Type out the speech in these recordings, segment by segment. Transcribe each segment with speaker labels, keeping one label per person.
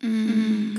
Speaker 1: Contenido, Mm,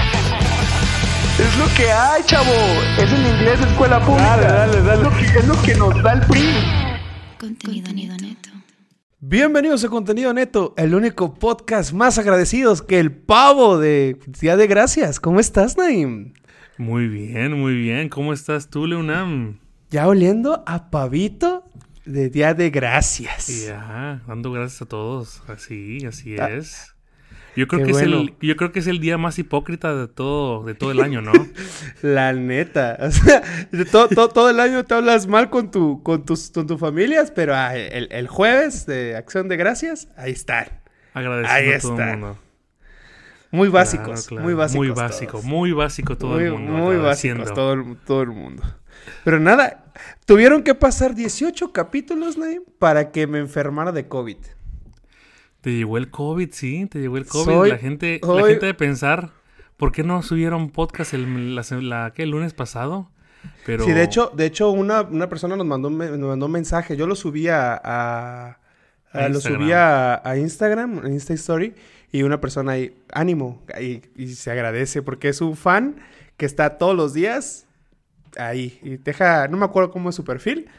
Speaker 2: Es lo que hay, chavo. Es en inglés escuela pública.
Speaker 3: dale, dale.
Speaker 2: Es lo que, es lo que nos da el PRI.
Speaker 1: Contenido, neto.
Speaker 4: Bienvenidos a Contenido Neto, el único podcast más agradecidos que el pavo de Día de Gracias. ¿Cómo estás, Naim?
Speaker 5: Muy bien, muy bien. ¿Cómo estás tú, Leonam?
Speaker 4: Ya oliendo a pavito de Día de Gracias.
Speaker 5: Ya, dando gracias a todos. Así, así
Speaker 4: Ah,
Speaker 5: es. Yo creo
Speaker 4: qué
Speaker 5: que es
Speaker 4: bueno.
Speaker 5: el, yo creo que es el día más hipócrita de todo, de todo el año, ¿no?
Speaker 4: La neta. O sea, de to- to- todo el año te hablas mal con tu, con tus, con tus familias, pero ah, el, el jueves de Acción de Gracias, ahí están. Ahí
Speaker 5: Agradeciendo a todo el
Speaker 4: está.
Speaker 5: mundo.
Speaker 4: Muy básicos,
Speaker 5: Claro, claro.
Speaker 4: muy básicos.
Speaker 5: Muy básico,
Speaker 4: todos.
Speaker 5: muy básico todo
Speaker 4: muy,
Speaker 5: el mundo.
Speaker 4: muy básicos
Speaker 5: agradeciendo.
Speaker 4: todo el, todo el mundo. Pero nada, tuvieron que pasar 18 capítulos, Naim, para que me enfermara de COVID.
Speaker 5: Te llegó el COVID, sí, te llegó el COVID.
Speaker 4: Soy-
Speaker 5: la gente, la
Speaker 4: soy-
Speaker 5: gente de pensar, ¿por qué no subieron podcast el, la, la- ¿qué? el lunes pasado? Pero
Speaker 4: Sí, de hecho, de hecho una, una persona nos mandó, un me- nos mandó un mensaje. Yo lo subí a... a-
Speaker 5: A
Speaker 4: a- lo
Speaker 5: Instagram.
Speaker 4: subí a, a Instagram, en Insta Story, y una persona ahí, ánimo, y, y se agradece porque es un fan que está todos los días ahí. Y deja, no me acuerdo cómo es su perfil,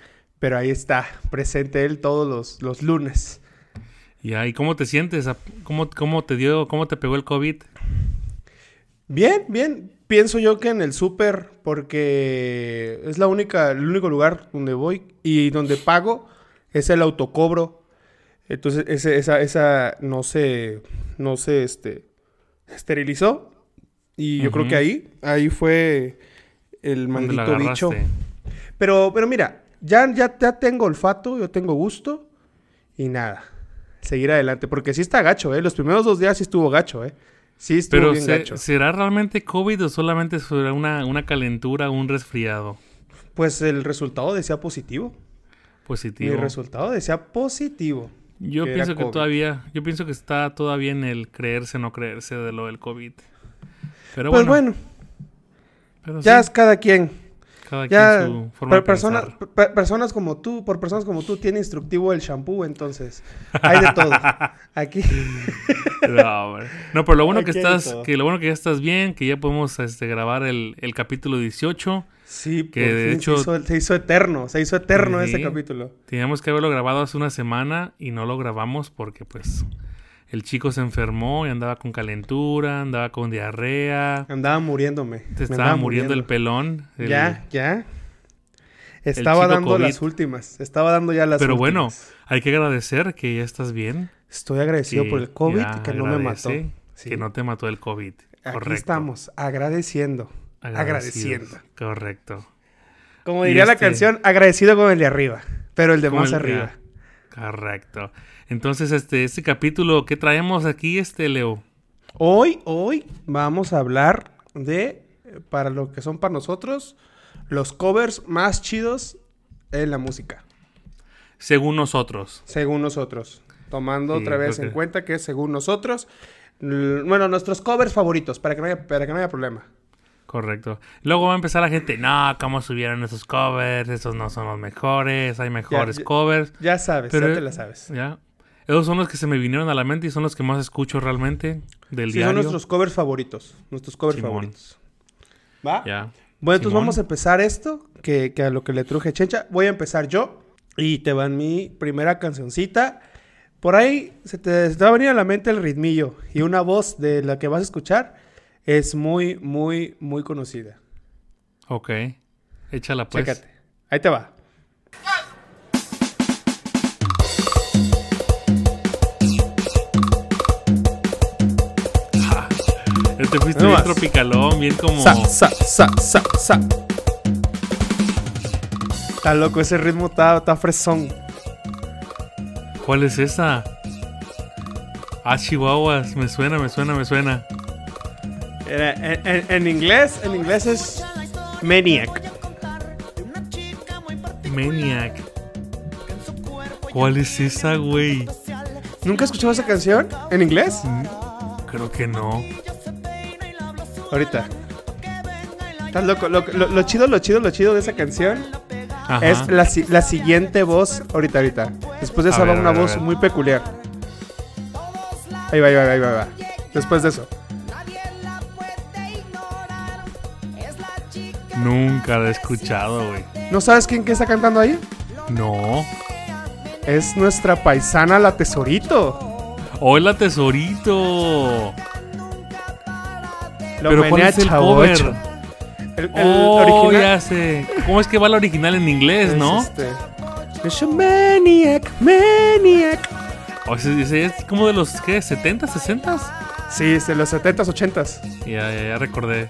Speaker 4: pero ahí está, presente él todos los, los lunes.
Speaker 5: Ya, ¿y cómo te sientes? ¿A- ¿Cómo, cómo te dio, cómo te pegó el COVID?
Speaker 4: Bien, bien. Pienso yo que en el súper, porque es la única, el único lugar donde voy y donde pago es el autocobro. Entonces, ese- esa, esa no se, no se este, esterilizó. Y yo creo
Speaker 5: Ujú.
Speaker 4: que ahí, ahí fue el
Speaker 5: ¿Dónde la
Speaker 4: maldito bicho.
Speaker 5: agarraste?
Speaker 4: Pero, pero mira, ya, ya, ya tengo olfato, yo tengo gusto y nada. Seguir adelante, porque sí está gacho, ¿eh? Los primeros dos días sí estuvo gacho, ¿eh? Sí estuvo
Speaker 5: Pero
Speaker 4: bien
Speaker 5: se-
Speaker 4: gacho.
Speaker 5: ¿será realmente COVID o solamente será una, una calentura o un resfriado
Speaker 4: Pues el resultado decía positivo.
Speaker 5: positivo?
Speaker 4: Mi resultado decía positivo.
Speaker 5: yo
Speaker 4: era
Speaker 5: pienso que
Speaker 4: COVID.
Speaker 5: todavía, yo pienso que está todavía en el creerse no creerse de lo del COVID. Pero
Speaker 4: pues
Speaker 5: bueno,
Speaker 4: bueno,
Speaker 5: pero
Speaker 4: ya
Speaker 5: sí,
Speaker 4: es cada quien.
Speaker 5: cada
Speaker 4: Ya
Speaker 5: quien su forma
Speaker 4: por
Speaker 5: de
Speaker 4: persona-
Speaker 5: pensar.
Speaker 4: per- personas como tú, por personas como tú, tiene instructivo el shampoo, entonces. Hay de todo. Aquí.
Speaker 5: No, hombre. No, pero lo bueno que
Speaker 4: Aquí hay de
Speaker 5: estás,
Speaker 4: todo.
Speaker 5: que lo bueno que ya estás bien, que ya podemos este, grabar el, el capítulo 18.
Speaker 4: Sí,
Speaker 5: Que
Speaker 4: por
Speaker 5: de
Speaker 4: fin
Speaker 5: hecho-
Speaker 4: se, hizo, se hizo eterno. Se hizo eterno
Speaker 5: Sí.
Speaker 4: este capítulo.
Speaker 5: Teníamos que haberlo grabado hace una semana y no lo grabamos porque pues el chico se enfermó y andaba con calentura, andaba con diarrea,
Speaker 4: Andaba muriéndome.
Speaker 5: te
Speaker 4: me
Speaker 5: estaba
Speaker 4: andaba
Speaker 5: muriendo el pelón. el-
Speaker 4: Ya, ya. Estaba
Speaker 5: chico
Speaker 4: dando
Speaker 5: COVID.
Speaker 4: las últimas. Estaba dando ya las
Speaker 5: Pero bueno,
Speaker 4: últimas.
Speaker 5: hay que agradecer que ya estás bien.
Speaker 4: Estoy agradecido
Speaker 5: que
Speaker 4: por el COVID
Speaker 5: ya
Speaker 4: que no me mató.
Speaker 5: agradece
Speaker 4: Sí.
Speaker 5: Que no te mató el COVID.
Speaker 4: Aquí
Speaker 5: Correcto.
Speaker 4: estamos, agradeciendo.
Speaker 5: Agradecidos.
Speaker 4: Agradeciendo.
Speaker 5: Correcto.
Speaker 4: Como
Speaker 5: Y
Speaker 4: diría la
Speaker 5: este-
Speaker 4: canción, agradecido con el de arriba, pero el de
Speaker 5: Como
Speaker 4: más
Speaker 5: el-
Speaker 4: arriba.
Speaker 5: ya. Correcto. Entonces, este, este capítulo, ¿qué traemos aquí, este Leo?
Speaker 4: Hoy, hoy vamos a hablar de, eh, para lo que son para nosotros, los covers más chidos en la música,
Speaker 5: Según nosotros.
Speaker 4: según nosotros. Tomando
Speaker 5: Sí,
Speaker 4: otra vez
Speaker 5: creo
Speaker 4: en
Speaker 5: que-
Speaker 4: cuenta que es según nosotros, l- bueno, nuestros covers favoritos, para que no haya, para que no haya problema.
Speaker 5: Correcto. Luego va a empezar la gente, no, ¿cómo subieron esos covers? Esos no son los mejores, hay mejores
Speaker 4: ya-
Speaker 5: covers.
Speaker 4: Ya sabes,
Speaker 5: Pero-
Speaker 4: ya te la sabes.
Speaker 5: Ya. Esos son los que se me vinieron a la mente y son los que más escucho realmente del
Speaker 4: Sí,
Speaker 5: diario.
Speaker 4: son nuestros covers favoritos, nuestros covers
Speaker 5: Simón.
Speaker 4: favoritos. ¿Va?
Speaker 5: Ya.
Speaker 4: Bueno, entonces
Speaker 5: Simón.
Speaker 4: vamos a empezar esto, que, que a lo que le truje Chencha. Voy a empezar yo y te va mi primera cancioncita. Por ahí se te, se te va a venir a la mente el ritmillo y una voz de la que vas a escuchar es muy, muy, muy conocida.
Speaker 5: Ok. Échala pues.
Speaker 4: Chécate. Ahí te va.
Speaker 5: Eh, Te fuiste
Speaker 4: No
Speaker 5: bien
Speaker 4: más.
Speaker 5: tropicalón, bien como...
Speaker 4: Sa, sa, sa, sa, sa. Está loco, ese ritmo está, está fresón.
Speaker 5: ¿Cuál es esa? Ah, Chihuahuas. Me suena, me suena, me suena.
Speaker 4: Era- En, en- en inglés, en inglés es Maniac.
Speaker 5: Maniac. ¿Cuál es esa, güey?
Speaker 4: ¿Nunca escuchado esa canción? ¿En inglés?
Speaker 5: Creo que no.
Speaker 4: Ahorita. Estás loco. Lo, lo- lo chido, lo chido, lo chido de esa canción
Speaker 5: Ajá.
Speaker 4: es la, si- la siguiente voz. Ahorita, ahorita. Después de
Speaker 5: A
Speaker 4: esa va
Speaker 5: ver, a
Speaker 4: una
Speaker 5: ver, a
Speaker 4: voz
Speaker 5: ver.
Speaker 4: muy peculiar. Ahí va, ahí va, ahí va, ahí va. Después de eso.
Speaker 5: Nunca la he escuchado, güey.
Speaker 4: ¿No sabes quién que está cantando ahí?
Speaker 5: No.
Speaker 4: Es nuestra paisana, la Tesorito.
Speaker 5: Hola, tesorito.
Speaker 4: Lo
Speaker 5: Pero ¿cuál
Speaker 4: menea
Speaker 5: es el cover?
Speaker 4: chavocho. El, el
Speaker 5: oh,
Speaker 4: original
Speaker 5: ya sé. ¿Cómo es que va la original en inglés,
Speaker 4: es
Speaker 5: no?
Speaker 4: este. Es un maniac, maniac.
Speaker 5: O sea, ese es como de los, ¿qué? ¿70, 60?
Speaker 4: Sí, es de los 70s, 80s.
Speaker 5: Ya, ya, ya recordé.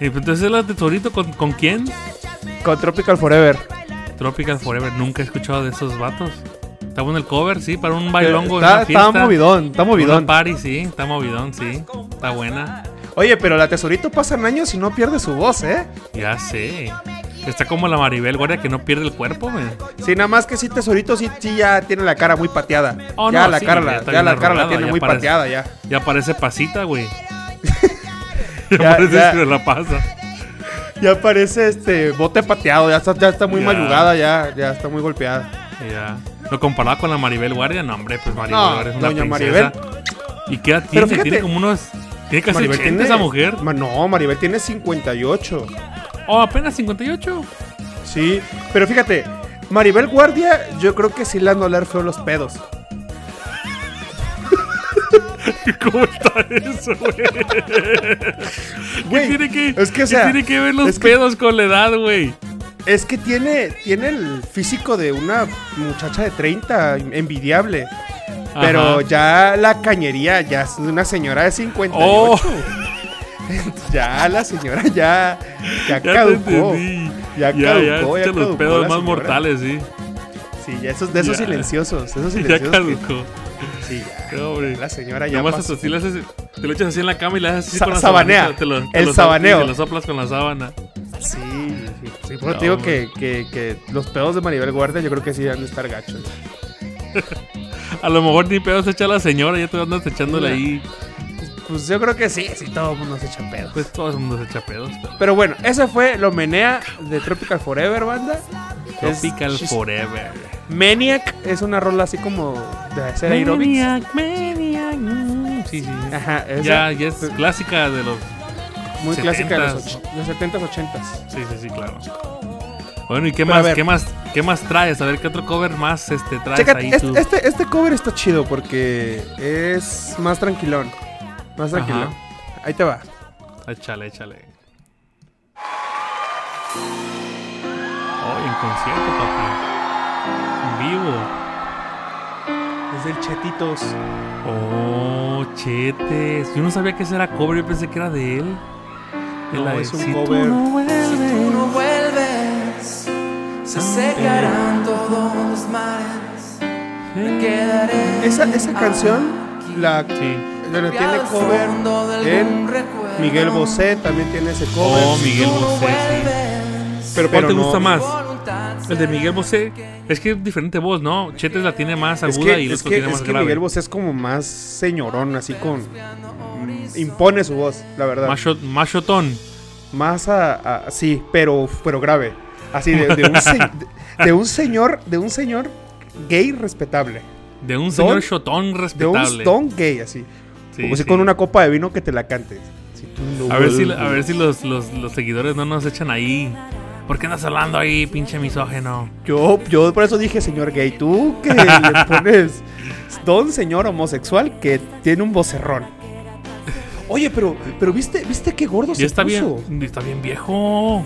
Speaker 5: Y pues, Entonces, ¿la tesorito con, con quién?
Speaker 4: Con Tropical Forever.
Speaker 5: Tropical Forever. Nunca he escuchado de esos vatos. Estaba en el cover, sí, para un bailongo. en
Speaker 4: está,
Speaker 5: una
Speaker 4: está
Speaker 5: fiesta.
Speaker 4: movidón, está
Speaker 5: Una
Speaker 4: movidón.
Speaker 5: party, sí. Está movidón, sí. Está buena.
Speaker 4: Oye, pero la Tesorito pasan años y no pierde su voz, ¿eh?
Speaker 5: Ya sé. Está como la Maribel Guardia que no pierde el cuerpo, güey.
Speaker 4: Sí, nada más que sí, Tesorito sí, sí ya tiene la cara muy pateada.
Speaker 5: Oh,
Speaker 4: ya
Speaker 5: no,
Speaker 4: la
Speaker 5: sí,
Speaker 4: cara,
Speaker 5: ya
Speaker 4: la-
Speaker 5: está
Speaker 4: ya
Speaker 5: bien
Speaker 4: la cara la
Speaker 5: arrugada,
Speaker 4: tiene
Speaker 5: ya
Speaker 4: muy
Speaker 5: parece-
Speaker 4: pateada ya.
Speaker 5: Ya parece pasita, güey. ya,
Speaker 4: Ya,
Speaker 5: parece
Speaker 4: ya.
Speaker 5: que la pasa.
Speaker 4: Ya parece este bote pateado, ya está, ya está muy
Speaker 5: Ya.
Speaker 4: mayugada, ya, ya está muy golpeada.
Speaker 5: Ya. Lo comparaba con la Maribel Guardia, no, hombre, pues Maribel
Speaker 4: No,
Speaker 5: Guardia es una
Speaker 4: doña
Speaker 5: princesa. ¿Y qué edad tiene?
Speaker 4: Pero
Speaker 5: Tiene
Speaker 4: fíjate,
Speaker 5: como unos. Tiene casi
Speaker 4: Maribel
Speaker 5: 80 esa mujer.
Speaker 4: Ma- no, Maribel tiene 58.
Speaker 5: Oh, apenas 58.
Speaker 4: Sí, pero fíjate, Maribel Guardia, yo creo que sí le han de oler feo los pedos.
Speaker 5: ¿Cómo está eso, güey?
Speaker 4: Güey,
Speaker 5: Tiene que,
Speaker 4: es que, o
Speaker 5: ¿qué
Speaker 4: sea,
Speaker 5: tiene que ver los
Speaker 4: es que-
Speaker 5: pedos con la edad, güey.
Speaker 4: Es que tiene, tiene el físico de una muchacha de 30, envidiable. Pero
Speaker 5: Ajá.
Speaker 4: ya la cañería, ya es una señora de 58.
Speaker 5: Oh,
Speaker 4: Ya la señora ya, ya,
Speaker 5: ya te
Speaker 4: caducó.
Speaker 5: entendí.
Speaker 4: Ya
Speaker 5: ya, ya,
Speaker 4: caducó, ya
Speaker 5: escucha los
Speaker 4: caducó
Speaker 5: pedos
Speaker 4: la
Speaker 5: más
Speaker 4: señora.
Speaker 5: mortales, sí.
Speaker 4: Sí, ya esos, de esos
Speaker 5: Ya.
Speaker 4: silenciosos. de Esos
Speaker 5: ya
Speaker 4: silenciosos. que-
Speaker 5: caducó.
Speaker 4: sí, ya.
Speaker 5: No, hombre.
Speaker 4: La señora ya
Speaker 5: Nomás
Speaker 4: pasó.
Speaker 5: así le haces, te lo echas así en la cama y le haces así
Speaker 4: Sa-
Speaker 5: con la
Speaker 4: sabanea.
Speaker 5: sabanita, te lo- te
Speaker 4: El
Speaker 5: lo soplas-
Speaker 4: sabaneo.
Speaker 5: Te lo soplas con la sábana.
Speaker 4: Sí, sí, sí, por eso
Speaker 5: No,
Speaker 4: te digo
Speaker 5: hombre.
Speaker 4: que, que, que los pedos de Maribel Guardia yo creo que sí han de estar gachos.
Speaker 5: A lo mejor ni pedo se echa la señora, ya te andas echándole
Speaker 4: Ya.
Speaker 5: ahí.
Speaker 4: Pues yo creo que sí, sí, todo el mundo se echa pedos.
Speaker 5: Pues todo el mundo se echa pedos. pero-
Speaker 4: pero bueno, esa fue lo menea de Tropical Forever, banda. Es-
Speaker 5: Tropical
Speaker 4: she's-
Speaker 5: Forever.
Speaker 4: Maniac es una rola así como de hacer aerobics.
Speaker 5: Maniac, maniac. mm, Sí, sí.
Speaker 4: Ajá,
Speaker 5: Ya,
Speaker 4: esa
Speaker 5: ya es clásica de los.
Speaker 4: muy clásica de los,
Speaker 5: 70s.
Speaker 4: och- los 70s, 80s.
Speaker 5: Sí, sí, sí, claro. Bueno, ¿y qué
Speaker 4: Pero a
Speaker 5: más,
Speaker 4: ver.
Speaker 5: qué más, qué más traes? A ver, ¿qué otro cover más este traes
Speaker 4: Chécate,
Speaker 5: ahí
Speaker 4: es-
Speaker 5: tú?
Speaker 4: este, este cover está chido porque es más tranquilón. Más tranquilón. Ahí te va.
Speaker 5: Échale, échale. Oh, en concierto, papi. En vivo.
Speaker 4: Es del Chetitos.
Speaker 5: Oh, chetes. Yo no sabía que ese era cover, yo pensé que era de él. De
Speaker 4: No,
Speaker 5: la de,
Speaker 4: es un
Speaker 5: "Si tú
Speaker 4: cover".
Speaker 5: no vuelves".
Speaker 6: no vuelves, se secarán todos los mares. Me quedaré
Speaker 4: Esa, esa canción la,
Speaker 5: Ah, Sí.
Speaker 4: la tiene
Speaker 6: al
Speaker 4: cover
Speaker 6: fondo de algún
Speaker 4: en
Speaker 6: recuerdo.
Speaker 4: Miguel Bosé también tiene ese cover.
Speaker 5: Oh, Miguel
Speaker 6: Tú no
Speaker 5: Bosé, sí.
Speaker 6: vuelves,
Speaker 5: Pero ¿cuál te
Speaker 4: no-
Speaker 5: gusta más?
Speaker 6: voluntad
Speaker 5: El de
Speaker 6: será.
Speaker 5: Miguel Bosé. Es que es diferente voz, ¿no? Chetes la tiene más
Speaker 4: Es
Speaker 5: aguda
Speaker 4: que,
Speaker 5: y el
Speaker 4: es
Speaker 5: otro
Speaker 4: que,
Speaker 5: tiene
Speaker 4: es
Speaker 5: más
Speaker 4: que
Speaker 5: grave.
Speaker 4: Miguel Bosé es como más señorón, así con... Impone su voz, la verdad.
Speaker 5: Macho- machotón.
Speaker 4: Más a, a- sí, pero, pero grave. Así de, de un se- de- de un señor, de un señor gay respetable.
Speaker 5: De un señor
Speaker 4: Don-
Speaker 5: chotón
Speaker 4: De un
Speaker 5: respetable.
Speaker 4: don gay así.
Speaker 5: Sí,
Speaker 4: como si
Speaker 5: sí.
Speaker 4: con una copa de vino que te la cantes. Si tú no
Speaker 5: A ver si,
Speaker 4: vuelves.
Speaker 5: a ver si los, los, los seguidores no nos echan ahí. ¿Por qué andas hablando ahí, pinche misógeno?
Speaker 4: Yo, yo por eso dije señor gay, tú que le pones don señor homosexual que tiene un vocerrón. Oye, pero, pero viste, viste qué gordo se
Speaker 5: Ya está
Speaker 4: puso.
Speaker 5: bien, está bien viejo.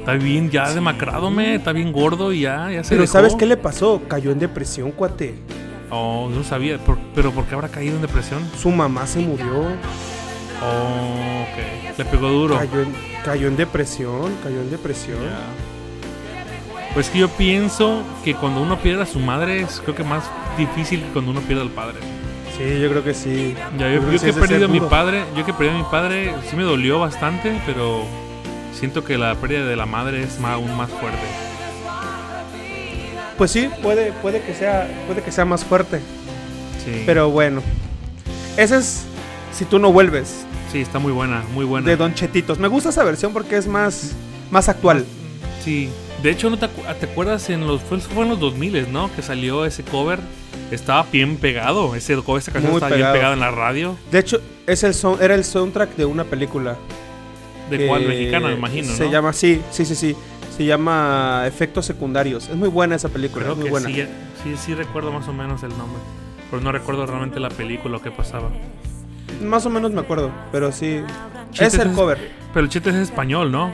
Speaker 5: Está bien ya demacrado, me. Está bien gordo y ya, ya se
Speaker 4: Pero
Speaker 5: dejó.
Speaker 4: ¿sabes qué le pasó? Cayó en depresión, cuate.
Speaker 5: Oh, no sabía. Por- ¿Pero por qué habrá caído en depresión?
Speaker 4: Su mamá se murió.
Speaker 5: Oh, ok. Le pegó duro.
Speaker 4: Cayó en, cayó en depresión, cayó en depresión.
Speaker 5: Ya. Pues que yo pienso que cuando uno pierde a su madre es creo que más difícil que cuando uno pierde al padre.
Speaker 4: Sí, yo creo que sí.
Speaker 5: Ya,
Speaker 4: Yo
Speaker 5: yo, yo que
Speaker 4: creo sí
Speaker 5: he
Speaker 4: es de ser
Speaker 5: perdido a mi
Speaker 4: duro.
Speaker 5: padre, yo que perdí a mi padre sí me dolió bastante, pero siento que la pérdida de la madre es ma- aún más fuerte.
Speaker 4: Pues sí, puede, puede, que sea, puede que sea más fuerte.
Speaker 5: Sí.
Speaker 4: Pero bueno. Ese es Si tú no vuelves,
Speaker 5: sí, está muy buena, muy buena.
Speaker 4: de Don Chetitos. Me gusta esa versión porque es más, más actual.
Speaker 5: Sí. De hecho, ¿no te, acu- te acuerdas? En los, fue, fue en los 2000, ¿no? Que salió ese cover. Estaba bien pegado. Ese, esa canción
Speaker 4: Muy
Speaker 5: estaba
Speaker 4: pegado.
Speaker 5: bien pegada en la radio.
Speaker 4: De hecho, es el son- era el soundtrack de una película.
Speaker 5: De
Speaker 4: que
Speaker 5: cual mexicana, me imagino.
Speaker 4: Eh, Se
Speaker 5: ¿no?
Speaker 4: llama, sí, sí, sí, sí. Se llama Efectos Secundarios. Es muy buena esa película,
Speaker 5: Creo
Speaker 4: es muy
Speaker 5: que
Speaker 4: buena.
Speaker 5: sí, eh. sí, sí recuerdo más o menos el nombre. Pero no recuerdo realmente la película o qué pasaba.
Speaker 4: Más o menos me acuerdo, pero sí.
Speaker 5: Chetes
Speaker 4: es el cover.
Speaker 5: Pero el Chetes es español, ¿no?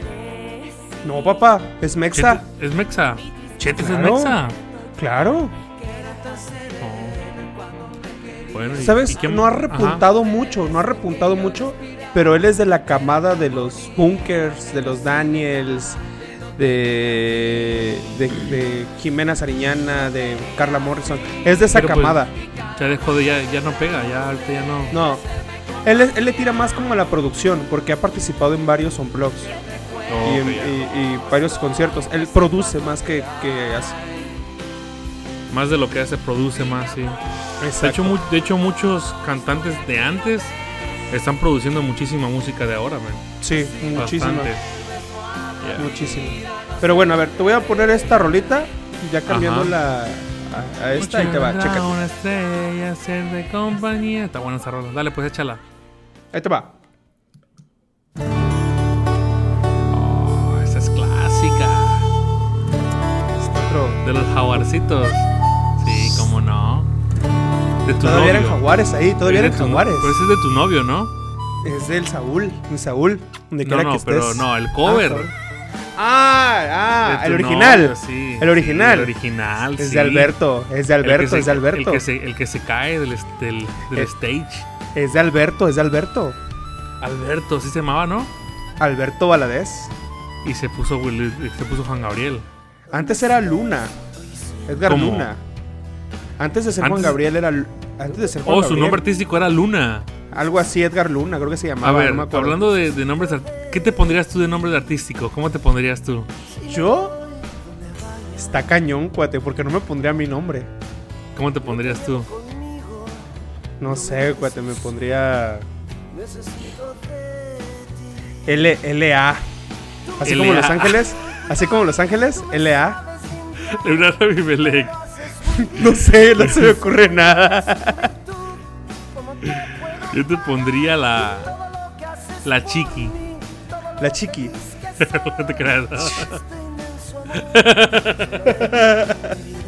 Speaker 4: No, papá, es Mexa.
Speaker 5: Chetes- es Mexa. Chetes
Speaker 4: Claro.
Speaker 5: es Mexa.
Speaker 4: Claro.
Speaker 5: Oh. Bueno, y-
Speaker 4: ¿Sabes?
Speaker 5: y qué-
Speaker 4: No ha
Speaker 5: ajá.
Speaker 4: repuntado mucho, no ha repuntado mucho, pero él es de la camada de los Bunkers, de los Daniels, de, de, de Jimena Sariñana, de Carla Morrison. Es de esa
Speaker 5: Pero, pues,
Speaker 4: camada.
Speaker 5: Ya dejó de, ya, ya no pega, ya ahorita ya no.
Speaker 4: No. Él, es- él le tira más como a la producción, porque ha participado en varios on blogs
Speaker 5: Oh,
Speaker 4: y, en-
Speaker 5: ya.
Speaker 4: y- y varios conciertos. Él produce más que, que hace.
Speaker 5: Más de lo que hace, produce más, sí. De
Speaker 4: Exacto.
Speaker 5: hecho, mu- de hecho, muchos cantantes de antes están produciendo muchísima música de ahora, man.
Speaker 4: sí, muchísimo.
Speaker 5: Bastante. Yeah.
Speaker 4: Muchísimo. Pero bueno, a ver, te voy a poner esta rolita, ya cambiando
Speaker 5: Ajá.
Speaker 4: la a, a esta y te va,
Speaker 5: Mucho
Speaker 4: chécate.
Speaker 5: Una estrella, ser de compañía. Está buena esa rola. Dale, pues échala.
Speaker 4: Ahí te va.
Speaker 5: Oh, esa es clásica.
Speaker 4: Otro.
Speaker 5: De los jaguarcitos. Sí, cómo no. De tu
Speaker 4: Todavía
Speaker 5: novio.
Speaker 4: eran jaguares ahí, todavía
Speaker 5: Es de tu
Speaker 4: eran
Speaker 5: no-
Speaker 4: jaguares.
Speaker 5: Pero ese es de tu novio, ¿no?
Speaker 4: Es del Saúl, mi Saúl, donde
Speaker 5: No,
Speaker 4: quiera que
Speaker 5: no,
Speaker 4: estés. Ah,
Speaker 5: pero no, el cover.
Speaker 4: Saúl. Ah, ah,
Speaker 5: De
Speaker 4: el
Speaker 5: tu
Speaker 4: original.
Speaker 5: novio, sí,
Speaker 4: el original.
Speaker 5: sí, el original.
Speaker 4: Es
Speaker 5: sí.
Speaker 4: de Alberto, es de
Speaker 5: El que
Speaker 4: Alberto,
Speaker 5: se-
Speaker 4: es de Alberto.
Speaker 5: El que se, el que se cae del, est- del- del
Speaker 4: Eh.
Speaker 5: stage.
Speaker 4: Es de Alberto, es de Alberto.
Speaker 5: Alberto, sí se llamaba, ¿no?
Speaker 4: Alberto Valadez.
Speaker 5: Y se puso, Will- se puso Juan Gabriel.
Speaker 4: Antes era Luna. Edgar
Speaker 5: ¿Cómo?
Speaker 4: Luna. Antes de ser Juan
Speaker 5: Antes-
Speaker 4: Gabriel era Lu- antes de ser Juan
Speaker 5: Oh, su
Speaker 4: Gabriel,
Speaker 5: nombre artístico era Luna.
Speaker 4: algo así Edgar Luna, creo que se llamaba,
Speaker 5: A ver,
Speaker 4: no me acuerdo.
Speaker 5: hablando de, de nombres, art- ¿qué te pondrías tú de nombre de artístico? ¿Cómo te pondrías tú?
Speaker 4: Yo. Está cañón, cuate, porque no me pondría mi nombre.
Speaker 5: ¿Cómo te pondrías tú?
Speaker 4: No sé, cuate, me pondría. L LA. Así como
Speaker 5: LA.
Speaker 4: Los Ángeles. Así como Los Ángeles, LA.
Speaker 5: Leonardo Vivelec.
Speaker 4: No sé, no se me ocurre nada.
Speaker 5: Yo te pondría la. La chiqui.
Speaker 4: La chiqui.
Speaker 5: No te creas.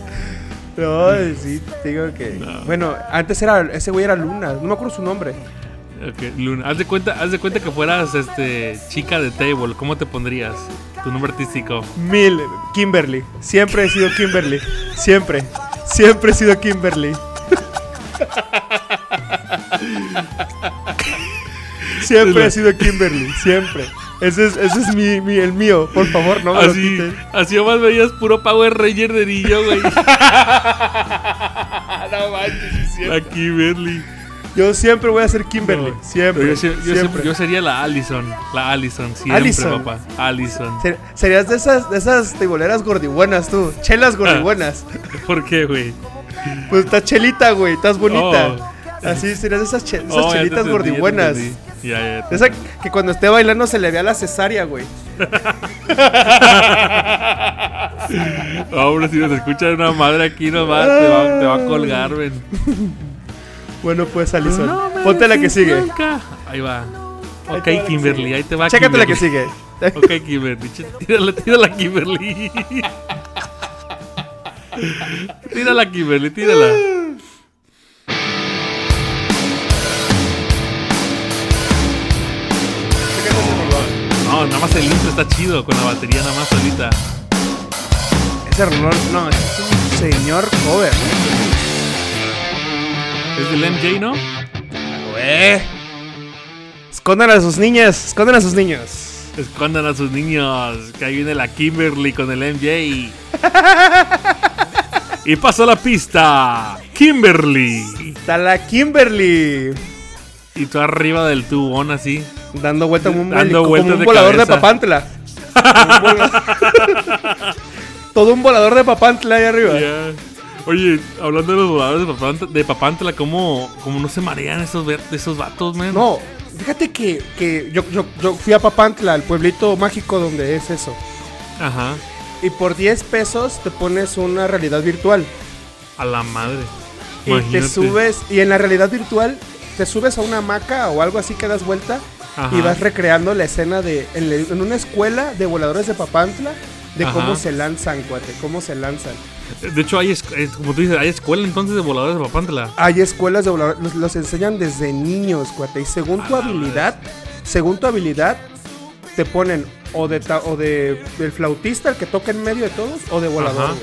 Speaker 4: No, sí, te digo que. Bueno, antes era. Ese güey era Luna. No me acuerdo su nombre.
Speaker 5: Ok, Luna. Haz de cuenta, haz de cuenta que fueras este chica de table. ¿Cómo te pondrías? Tu nombre artístico.
Speaker 4: Mil. Kimberly. Siempre he sido Kimberly. Siempre. Siempre he sido Kimberly. Siempre he sido Kimberly. Siempre. Ese es, ese es mi, mi- el mío. Por favor, no me lo
Speaker 5: Así,
Speaker 4: quiten.
Speaker 5: así más veías puro Power Ranger de niño, güey. no Ah, manches, Aquí, Berly.
Speaker 4: Yo siempre voy a ser Kimberly.
Speaker 5: No.
Speaker 4: Siempre.
Speaker 5: Yo, se- yo se-
Speaker 4: siempre.
Speaker 5: yo sería la Allison. La Allison, siempre,
Speaker 4: Allison.
Speaker 5: papá. Allison.
Speaker 4: Ser- Serías de esas, de esas tiboleras gordibuenas, tú. Chelas gordibuenas.
Speaker 5: ¿Por qué, güey? Ah.
Speaker 4: Pues estás chelita, güey. Estás bonita.
Speaker 5: Oh.
Speaker 4: Así serías de esas, che- esas
Speaker 5: Oh, ya te
Speaker 4: chelitas
Speaker 5: entendí, ya te
Speaker 4: gordibuenas.
Speaker 5: entendí. Ya, ya, ya.
Speaker 4: De Esa que cuando esté bailando se le vea la cesárea, güey.
Speaker 5: Ahora si nos escucha una madre aquí nomás, te va, te va a colgar, ven.
Speaker 4: Bueno, pues, Alison. Ponte la que sigue.
Speaker 5: Nunca. Ahí va.
Speaker 4: Ahí
Speaker 5: Ok,
Speaker 4: te va la que
Speaker 5: Kimberly,
Speaker 4: sigue.
Speaker 5: ahí te va.
Speaker 4: Chécate la que
Speaker 5: Kimberly.
Speaker 4: sigue.
Speaker 5: Ok, Kimberly. Ch- Tírala, tírala, Kimberly. tírala, Kimberly, tírala. No, nada más el intro está chido con la batería nada más solita.
Speaker 4: Eh, Ese rolón, no, es un señor cover.
Speaker 5: Es del MJ, ¿no?
Speaker 4: Güey. Escondan a sus niñas, escondan a sus niños.
Speaker 5: Escondan a sus niños, que ahí viene la Kimberly con el MJ. y pasó la pista, Kimberly.
Speaker 4: Está la Kimberly
Speaker 5: Y tú arriba del tubón así.
Speaker 4: dando vuelta como un,
Speaker 5: Dando
Speaker 4: helico- como
Speaker 5: vueltas
Speaker 4: un
Speaker 5: de
Speaker 4: volador
Speaker 5: cabeza.
Speaker 4: de papantla. Como un volador. todo un volador de papantla ahí arriba.
Speaker 5: Ya. Oye, hablando de los voladores de Papantla, de Papantla, ¿cómo, cómo no se marean esos, ve- esos vatos, men?
Speaker 4: No, fíjate que, que yo, yo, yo fui a Papantla, al pueblito mágico donde es eso.
Speaker 5: Ajá.
Speaker 4: Y por 10 pesos te pones una realidad virtual.
Speaker 5: A la madre.
Speaker 4: Y te subes, y en la realidad virtual te subes a una hamaca o algo así que das vuelta
Speaker 5: Ajá.
Speaker 4: y vas recreando la escena de en, la- en una escuela de voladores de Papantla de cómo
Speaker 5: Ajá.
Speaker 4: se lanzan, cuate, cómo se lanzan.
Speaker 5: De hecho, hay, es- es- como tú dices, hay escuela entonces de voladores de Papantla.
Speaker 4: Hay escuelas de voladores, los, los enseñan desde niños, cuate, y según
Speaker 5: Ah,
Speaker 4: tu habilidad, según tu habilidad, te ponen o de ta- o de del flautista, el que toca en medio de todos, o de volador.
Speaker 5: Ajá.
Speaker 4: güey.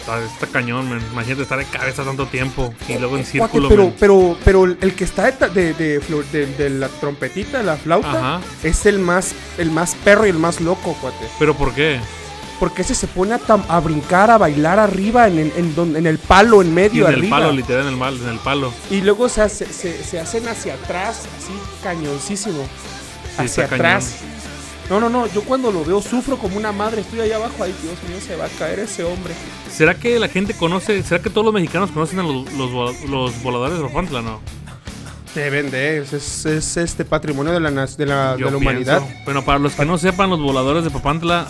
Speaker 5: Está, Ah, está cañón, men. Imagínate estar de cabeza tanto tiempo y luego en
Speaker 4: Cuate,
Speaker 5: círculo,
Speaker 4: pero,
Speaker 5: men.
Speaker 4: pero, pero el que está de, ta- de, de flu- de- de la trompetita, la flauta,
Speaker 5: Ajá.
Speaker 4: es el más, el más perro y el más loco, cuate.
Speaker 5: ¿Pero por qué?
Speaker 4: Porque ese se pone a, tam- a brincar, a bailar arriba, en, en, en don- en el palo, en
Speaker 5: Y
Speaker 4: medio,
Speaker 5: en el
Speaker 4: arriba.
Speaker 5: palo, literal, en el, mal- en el palo.
Speaker 4: y luego se, hace- se, se hacen hacia atrás, así cañoncísimo.
Speaker 5: Sí,
Speaker 4: hacia
Speaker 5: está
Speaker 4: atrás. No, no, no, yo cuando lo veo sufro como una madre, estoy ahí abajo, ay Dios mío, se va a caer ese hombre.
Speaker 5: ¿Será que la gente conoce, será que todos los mexicanos conocen a los, los, vola- los voladores de Papantla, no?
Speaker 4: Te vende, es, es- es este patrimonio de la, nas- de la, de
Speaker 5: Yo
Speaker 4: la humanidad.
Speaker 5: pienso. Pero para los que no sepan, los voladores de Papantla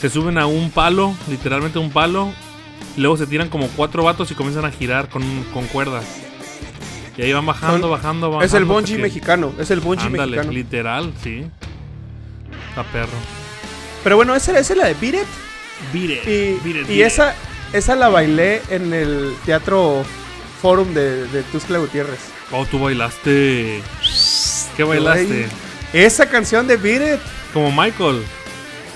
Speaker 5: se suben a un palo, literalmente un palo, y luego se tiran como cuatro vatos y comienzan a girar con, con cuerdas. Y ahí van bajando,
Speaker 4: Son-
Speaker 5: bajando, bajando.
Speaker 4: Es el
Speaker 5: hasta
Speaker 4: bungee
Speaker 5: que-
Speaker 4: mexicano, es el bungee
Speaker 5: Ándale,
Speaker 4: mexicano.
Speaker 5: literal, sí. La perro.
Speaker 4: Pero bueno, esa, esa es la de Beat It,
Speaker 5: Vire,
Speaker 4: Y, y esa, esa la bailé en el teatro Forum de, de Tuxtla Gutiérrez.
Speaker 5: Oh, tú bailaste. ¿Qué bailaste?
Speaker 4: Ay, Esa canción de Beat It.
Speaker 5: Como Michael.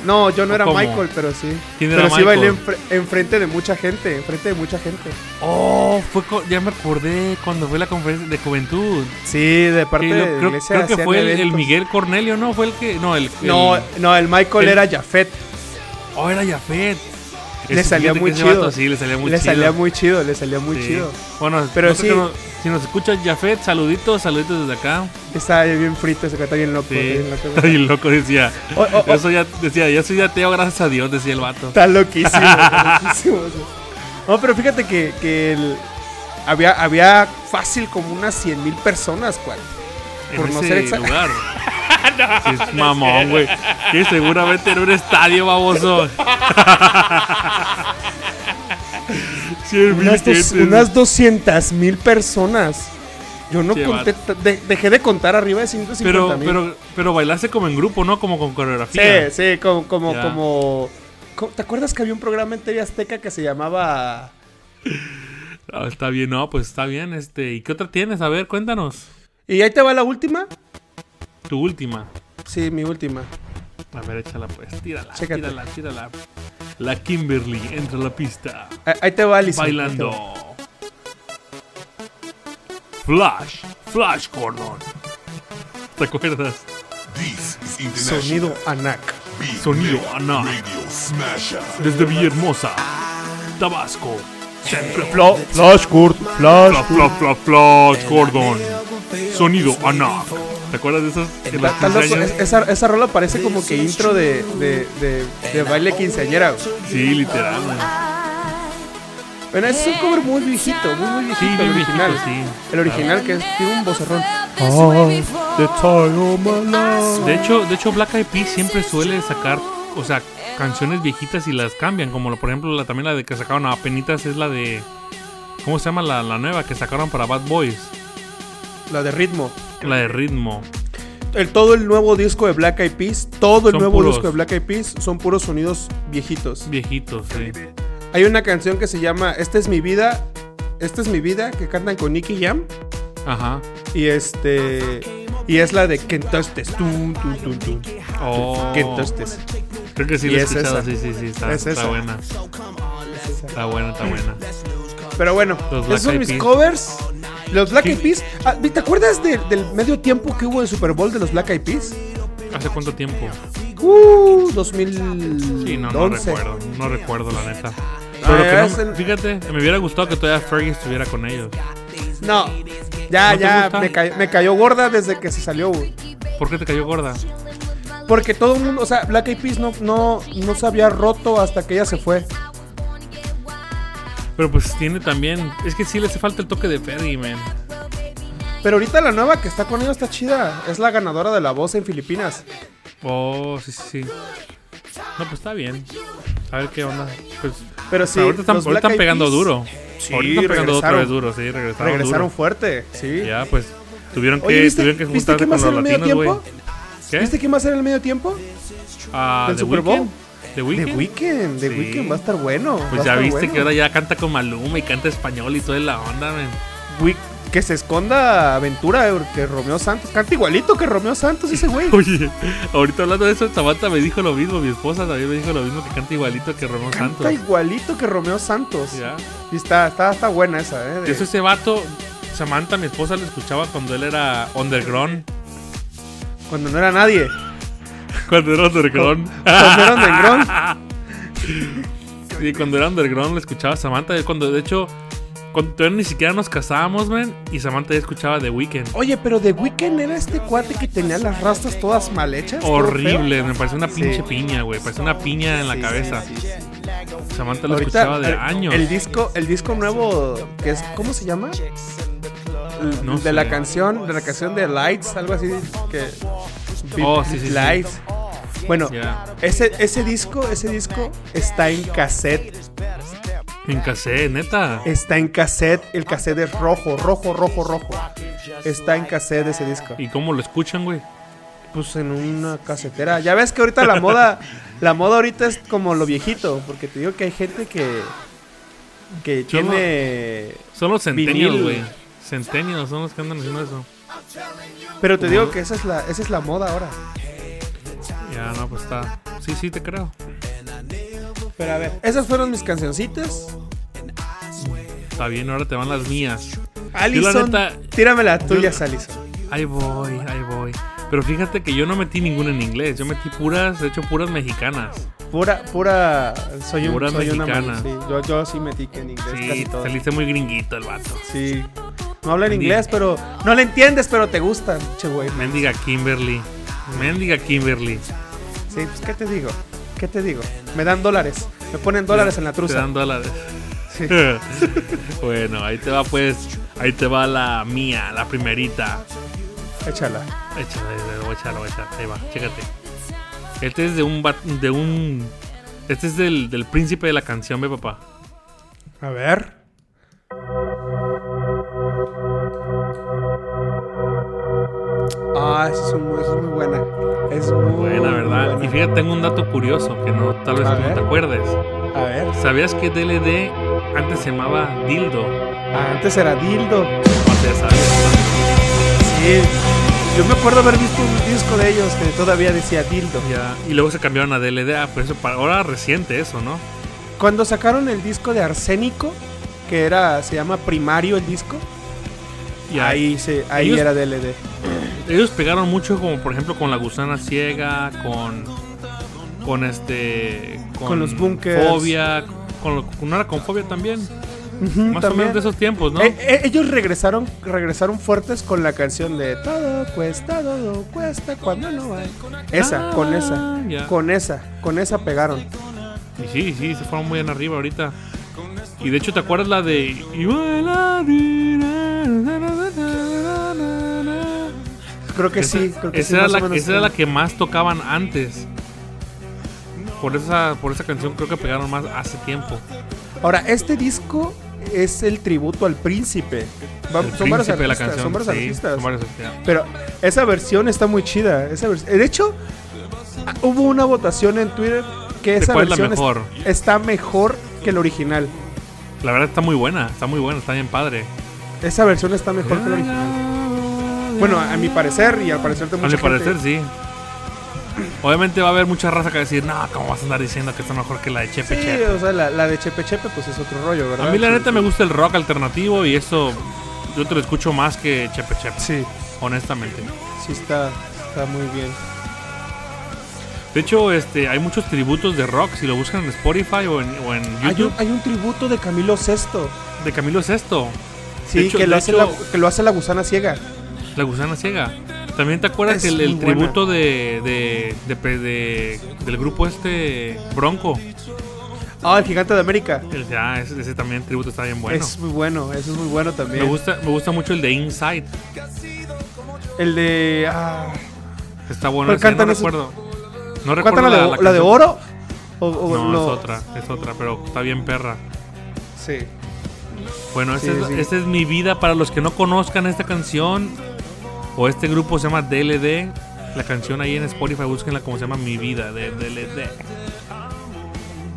Speaker 4: No, yo no era
Speaker 5: ¿Cómo?
Speaker 4: Michael, pero sí.
Speaker 5: ¿Quién
Speaker 4: pero
Speaker 5: era
Speaker 4: sí bailé
Speaker 5: Michael?
Speaker 4: enfre- enfrente de mucha gente, enfrente de mucha gente.
Speaker 5: Oh, fue co- ya me acordé cuando fue la conferencia de juventud.
Speaker 4: Sí, de parte
Speaker 5: Sí,
Speaker 4: de
Speaker 5: lo-
Speaker 4: la
Speaker 5: creo,
Speaker 4: iglesia
Speaker 5: creo que
Speaker 4: hacían
Speaker 5: fue el, el
Speaker 4: eventos.
Speaker 5: Miguel Cornelio, ¿no? Fue el que. No, el.
Speaker 4: No, eh,
Speaker 5: el-
Speaker 4: no, el Michael
Speaker 5: el-
Speaker 4: era Jafet.
Speaker 5: oh, era Jafet.
Speaker 4: Le
Speaker 5: Ese-
Speaker 4: salía
Speaker 5: fíjate
Speaker 4: muy
Speaker 5: que ese
Speaker 4: chido.
Speaker 5: vato sí, le salía muy
Speaker 4: le
Speaker 5: chido.
Speaker 4: salía muy chido, le salía muy
Speaker 5: Sí.
Speaker 4: chido.
Speaker 5: Bueno,
Speaker 4: Pero
Speaker 5: no sé
Speaker 4: sí.
Speaker 5: que no- si nos escuchas, Jafet, saluditos, saluditos desde acá.
Speaker 4: Está bien frito, se está bien loco.
Speaker 5: Sí.
Speaker 4: bien loco.
Speaker 5: Está bien loco, decía.
Speaker 4: Oh, oh, oh.
Speaker 5: Eso ya decía, yo soy ateo, gracias a Dios, decía el vato.
Speaker 4: Está loquísimo. está loquísimo, o sea. No, pero fíjate que, que el- había, había fácil como unas 100 mil personas, cual. por
Speaker 5: en
Speaker 4: no
Speaker 5: ese
Speaker 4: ser exa-
Speaker 5: lugar. Sí, es mamón, güey. Que seguramente era un estadio baboso. Cien mil
Speaker 4: Unas, dos-
Speaker 5: gentes, güey.
Speaker 4: unas 200 mil personas. Yo no
Speaker 5: Qué
Speaker 4: conté, ta- de- dejé de contar arriba de 150
Speaker 5: Pero,
Speaker 4: mil.
Speaker 5: pero, pero bailaste como en grupo, ¿no? Como con coreografía.
Speaker 4: sí, sí, como, como,
Speaker 5: Ya.
Speaker 4: como, co- ¿Te acuerdas que había un programa en TV Azteca que se llamaba...
Speaker 5: Ah, está bien, no, pues está bien. Este, ¿y qué otra tienes? A ver, cuéntanos.
Speaker 4: Y ahí te va la última.
Speaker 5: Tu última.
Speaker 4: Sí, mi última.
Speaker 5: A ver, échala pues. Tírala,
Speaker 4: Chécate.
Speaker 5: tírala, tírala. La Kimberly entra a la pista.
Speaker 4: Ah, Ahí te va, Alison. Ahí
Speaker 5: bailando. Flash, Flash Gordon. ¿Te acuerdas?
Speaker 7: This is
Speaker 4: te
Speaker 7: international
Speaker 4: va. Sonido ANAC.
Speaker 7: Big
Speaker 5: Sonido Ana.
Speaker 7: Radio Smasher.
Speaker 5: Desde Villahermosa, Tabasco. Siempre
Speaker 4: Flash Kurt, Flash.
Speaker 5: Flash, Flash, Flash, Flash Gordon. Sonido Anak. ¿Te acuerdas de esas? que las quinceañeras?
Speaker 4: esa, esa rola parece como que intro de, de, de, de baile quinceañera. güey.
Speaker 5: Sí, literal. güey.
Speaker 4: Bueno, es un cover muy viejito, muy, muy viejito.
Speaker 5: Sí,
Speaker 4: el
Speaker 5: muy viejito,
Speaker 4: original.
Speaker 5: sí.
Speaker 4: El original que es, tiene un vocerrón.
Speaker 5: De hecho, de hecho Black Eyed Peas siempre suele sacar, o sea, canciones viejitas y las cambian, como lo- por ejemplo la, también la de que sacaron a Penitas es la de ¿Cómo se llama la, la nueva que sacaron para Bad Boys?
Speaker 4: La de ritmo.
Speaker 5: La de ritmo.
Speaker 4: El, todo el nuevo disco de Black Eyed Peas, todo el
Speaker 5: Son
Speaker 4: nuevo
Speaker 5: puros.
Speaker 4: disco de Black Eyed Peas son puros sonidos viejitos.
Speaker 5: Viejitos, sí.
Speaker 4: Hay una canción que se llama Esta es mi vida, Esta es mi vida, que cantan con Nicky Jam.
Speaker 5: Ajá.
Speaker 4: Y este. Y es la de Que entonces Tun, tun, tun, tun.
Speaker 5: Oh,
Speaker 4: Que entonces.
Speaker 5: creo que sí
Speaker 4: y
Speaker 5: la he
Speaker 4: es
Speaker 5: escuchado,
Speaker 4: esa.
Speaker 5: sí, sí, sí, está,
Speaker 4: Es
Speaker 5: está
Speaker 4: esa.
Speaker 5: buena. Está buena, está buena.
Speaker 4: Pero bueno,
Speaker 5: Los Black
Speaker 4: esos son
Speaker 5: Eyed
Speaker 4: mis
Speaker 5: Peas.
Speaker 4: covers. Los Black Eyed Peas. Ah, ¿Te acuerdas de- del medio tiempo que hubo de Super Bowl de los Black Eyed Peas?
Speaker 5: ¿Hace cuánto tiempo?
Speaker 4: Uh, 2011.
Speaker 5: Sí, no, no recuerdo, no recuerdo la neta. Pero
Speaker 4: Ah,
Speaker 5: que
Speaker 4: es
Speaker 5: no-
Speaker 4: el-
Speaker 5: fíjate, me hubiera gustado que todavía Fergie estuviera con ellos.
Speaker 4: No. Ya,
Speaker 5: ¿No te
Speaker 4: ya,
Speaker 5: gusta?
Speaker 4: me, cay- me cayó gorda desde que se salió. güey.
Speaker 5: ¿Por qué te cayó gorda?
Speaker 4: Porque todo el mundo, o sea, Black Eyed Peas no, no, no se había roto hasta que ella se fue.
Speaker 5: Pero pues tiene también. Es que sí le hace falta el toque de Fergie, man.
Speaker 4: Pero ahorita la nueva que está con ellos está chida. Es la ganadora de la voz en Filipinas.
Speaker 5: Oh, sí, sí, sí. No, pues está bien. A ver qué onda. Pues,
Speaker 4: Pero sí,
Speaker 5: ahorita están,
Speaker 4: los
Speaker 5: ahorita están
Speaker 4: Black Eyed
Speaker 5: pegando
Speaker 4: Peas
Speaker 5: duro.
Speaker 4: Sí,
Speaker 5: ahorita están pegando otra
Speaker 4: regresaron.
Speaker 5: vez duro, sí, regresaron.
Speaker 4: Regresaron
Speaker 5: duro.
Speaker 4: fuerte, sí.
Speaker 5: Ya, pues tuvieron que,
Speaker 4: Oye, ¿viste-
Speaker 5: tuvieron que
Speaker 4: viste
Speaker 5: juntarse
Speaker 4: quién va a
Speaker 5: con
Speaker 4: ser
Speaker 5: los
Speaker 4: el medio
Speaker 5: latinos, güey.
Speaker 4: tiempo?
Speaker 5: ¿Qué?
Speaker 4: ¿Viste quién va a ser el medio tiempo?
Speaker 5: Ah,
Speaker 4: del
Speaker 5: The
Speaker 4: Super Bowl?
Speaker 5: Weeknd. The
Speaker 4: The
Speaker 5: Weeknd.
Speaker 4: Weekend, The
Speaker 5: Sí.
Speaker 4: Weeknd va a estar bueno. va
Speaker 5: Pues
Speaker 4: a
Speaker 5: ya
Speaker 4: estar
Speaker 5: viste que
Speaker 4: bueno.
Speaker 5: ahora ya canta con Maluma y canta español y toda la onda, man.
Speaker 4: Week- que se esconda Aventura, eh, que Romeo Santos. Canta igualito que Romeo Santos ese güey.
Speaker 5: Oye, ahorita hablando de eso, Samantha me dijo lo mismo, mi esposa también me dijo lo mismo que canta igualito que Romeo
Speaker 4: Canta
Speaker 5: Santos.
Speaker 4: igualito que Romeo Santos.
Speaker 5: Ya.
Speaker 4: Y está, está, está buena esa, eh. de-
Speaker 5: Eso ese vato, Samantha, mi esposa, lo escuchaba cuando él era underground.
Speaker 4: Cuando no era nadie.
Speaker 5: Cuando era underground.
Speaker 4: Cuando era underground.
Speaker 5: Y cuando era underground lo escuchaba Samantha. Y Cuando, de hecho, cuando todavía ni siquiera nos casábamos, man, y Samantha ya escuchaba The Weeknd.
Speaker 4: Oye, pero The Weeknd era este cuate que tenía las rastas todas mal hechas. todo
Speaker 5: Horrible,
Speaker 4: feo.
Speaker 5: me parece una pinche
Speaker 4: Sí.
Speaker 5: piña, güey. Parece una piña en la
Speaker 4: Sí,
Speaker 5: cabeza.
Speaker 4: sí, sí, sí.
Speaker 5: Samantha lo
Speaker 4: Ahorita,
Speaker 5: escuchaba de
Speaker 4: el-
Speaker 5: años.
Speaker 4: El disco, el disco nuevo, que es, ¿cómo se llama? L-
Speaker 5: No
Speaker 4: de la
Speaker 5: sé.
Speaker 4: canción, de la canción de Lights, algo así que.
Speaker 5: Oh, sí, sí, sí.
Speaker 4: Lights. Bueno,
Speaker 5: Ya.
Speaker 4: ese, ese disco, ese disco está en cassette.
Speaker 5: En cassette, neta.
Speaker 4: Está en cassette. El cassette es rojo, rojo, rojo, rojo. Está en cassette ese disco.
Speaker 5: ¿Y cómo lo escuchan, güey?
Speaker 4: Pues en una casetera. Ya ves que ahorita la moda, la moda ahorita es como lo viejito, porque te digo que hay gente que que
Speaker 5: Yo no-
Speaker 4: tiene,
Speaker 5: Son los centenios,
Speaker 4: Vinil.
Speaker 5: güey. Centenios son los que andan haciendo eso.
Speaker 4: pero te digo que esa es la, esa es la moda ahora.
Speaker 5: Ya, no, pues está. Sí, sí, te creo.
Speaker 4: Pero a ver, esas fueron mis cancioncitas.
Speaker 5: Está bien, ahora te van las mías.
Speaker 4: Alison,
Speaker 5: neta-
Speaker 4: tírame la tuya,
Speaker 5: yo-
Speaker 4: Alison.
Speaker 5: Ahí voy, ahí voy. Pero fíjate que yo no metí ninguna en inglés. Yo metí puras, de hecho, puras mexicanas.
Speaker 4: Pura, pura, soy un,
Speaker 5: Pura
Speaker 4: soy una
Speaker 5: mexicana.
Speaker 4: man- sí, yo, yo sí metí que en inglés
Speaker 5: Sí,
Speaker 4: casi todo.
Speaker 5: saliste muy gringuito el vato.
Speaker 4: Sí. No hablan
Speaker 5: Entendí.
Speaker 4: inglés, pero no le entiendes, pero te gustan, che güey.
Speaker 5: Mendiga Kimberly. Mendiga Kimberly.
Speaker 4: Sí, pues qué te digo, qué te digo. Me dan dólares, me ponen dólares en la
Speaker 5: Te
Speaker 4: truza.
Speaker 5: dan dólares.
Speaker 4: Sí.
Speaker 5: bueno, ahí te va pues. Ahí te va la mía, la primerita.
Speaker 4: Échala.
Speaker 5: Échale, lo voy a echar, lo voy a echar. Ahí va, chécate. Este es de un bat- de un este es del, del príncipe de la canción, ve papá.
Speaker 4: A ver. Ah, esa es, un- esa es muy buena. Es muy
Speaker 5: Buena, ¿verdad?
Speaker 4: buena.
Speaker 5: Y fíjate, tengo un dato curioso que no tal vez
Speaker 4: A
Speaker 5: tú no
Speaker 4: ver.
Speaker 5: te acuerdes.
Speaker 4: A ver.
Speaker 5: ¿Sabías que DLD antes se llamaba Dildo?
Speaker 4: Antes era Dildo.
Speaker 5: No te sabes.
Speaker 4: Sí. Yo me acuerdo haber visto un disco de ellos que todavía decía Dildo.
Speaker 5: Ya, y luego se cambiaron a DLD, por Ah, pues eso para ahora reciente eso, ¿no?
Speaker 4: Cuando sacaron el disco de Arsénico, que era se llama Primario el disco,
Speaker 5: Y
Speaker 4: ahí se ahí
Speaker 5: Ellos-
Speaker 4: era DLD.
Speaker 5: Ellos pegaron mucho como por ejemplo con la gusana ciega, con con este
Speaker 4: Con los bunkers.
Speaker 5: Fobia, con lo- no era con fobia también.
Speaker 4: Ujú,
Speaker 5: Más o
Speaker 4: también.
Speaker 5: menos de esos tiempos, ¿no?
Speaker 4: Eh, eh, ellos regresaron, regresaron fuertes con la canción de Todo cuesta, todo cuesta cuando no hay. Esa,
Speaker 5: Ah,
Speaker 4: con esa,
Speaker 5: ya.
Speaker 4: con esa, con esa pegaron.
Speaker 5: Y sí, sí, se fueron muy en arriba ahorita. Y de hecho, ¿te acuerdas la de You will love you, na, na, na, na, na, na, na?
Speaker 4: Creo que
Speaker 5: Esa-
Speaker 4: sí, creo que
Speaker 5: esa
Speaker 4: sí.
Speaker 5: era
Speaker 4: más o
Speaker 5: la,
Speaker 4: menos
Speaker 5: esa era la
Speaker 4: sí.
Speaker 5: que más tocaban antes. Por esa, por esa canción creo que pegaron más hace tiempo.
Speaker 4: Ahora, este disco es el tributo al príncipe. Va-
Speaker 5: El
Speaker 4: son varios
Speaker 5: príncipe de la
Speaker 4: artistas,
Speaker 5: canción,
Speaker 4: son varios
Speaker 5: sí,
Speaker 4: artistas.
Speaker 5: son varios artistas.
Speaker 4: Pero esa versión está muy chida. Esa vers- de hecho, ah, hubo una votación en Twitter que esa
Speaker 5: cuál es la
Speaker 4: versión es-
Speaker 5: mejor?
Speaker 4: está mejor que el original.
Speaker 5: La verdad está muy buena, está muy buena, está bien padre.
Speaker 4: Esa versión está mejor que la original. Bueno, a mi parecer y al parecer
Speaker 5: A
Speaker 4: de mucha
Speaker 5: mi
Speaker 4: gente.
Speaker 5: parecer, sí. Obviamente va a haber mucha raza que va a decir, no, ¿cómo vas a andar diciendo que está mejor que la de Chepe
Speaker 4: Sí,
Speaker 5: Chepe?
Speaker 4: o sea, la, la de Chepe Chepe pues es otro rollo, ¿verdad?
Speaker 5: A mí la
Speaker 4: Sí.
Speaker 5: neta me gusta el rock alternativo y eso yo te lo escucho más que Chepe Chepe,
Speaker 4: Sí,
Speaker 5: honestamente.
Speaker 4: sí está, está muy bien.
Speaker 5: De hecho, este, hay muchos tributos de rock, si lo buscan en Spotify o en, o en
Speaker 4: Hay un,
Speaker 5: YouTube,
Speaker 4: hay un tributo de Camilo Sesto.
Speaker 5: de Camilo Sesto,
Speaker 4: Sí,
Speaker 5: hecho-
Speaker 4: que, lo
Speaker 5: de
Speaker 4: hace
Speaker 5: hecho-
Speaker 4: la, que lo hace la gusana ciega.
Speaker 5: La Gusana Ciega. También te acuerdas
Speaker 4: Es
Speaker 5: el, el
Speaker 4: muy buena.
Speaker 5: tributo de, de, de pe- de- del grupo este Bronco.
Speaker 4: Ah, el gigante de América.
Speaker 5: El- ah, ese, ese también tributo está bien bueno.
Speaker 4: Es muy bueno, eso es muy bueno
Speaker 5: me
Speaker 4: también.
Speaker 5: gusta me gusta mucho el de Inside.
Speaker 4: El de. ah,
Speaker 5: Está bueno,
Speaker 4: Pero
Speaker 5: ese, no
Speaker 4: cantan eso.
Speaker 5: recuerdo. No recuerdo
Speaker 4: ¿Cuánta la, de, la, de
Speaker 5: canción.
Speaker 4: oro? O, o
Speaker 5: No,
Speaker 4: lo-
Speaker 5: es otra, es otra, pero está bien perra.
Speaker 4: Sí.
Speaker 5: Bueno,
Speaker 4: Sí,
Speaker 5: esa es,
Speaker 4: sí.
Speaker 5: esta es mi vida. Para los que no conozcan esta canción o este grupo se llama DLD. La canción ahí en Spotify, búsquenla como se llama Mi Vida de DLD.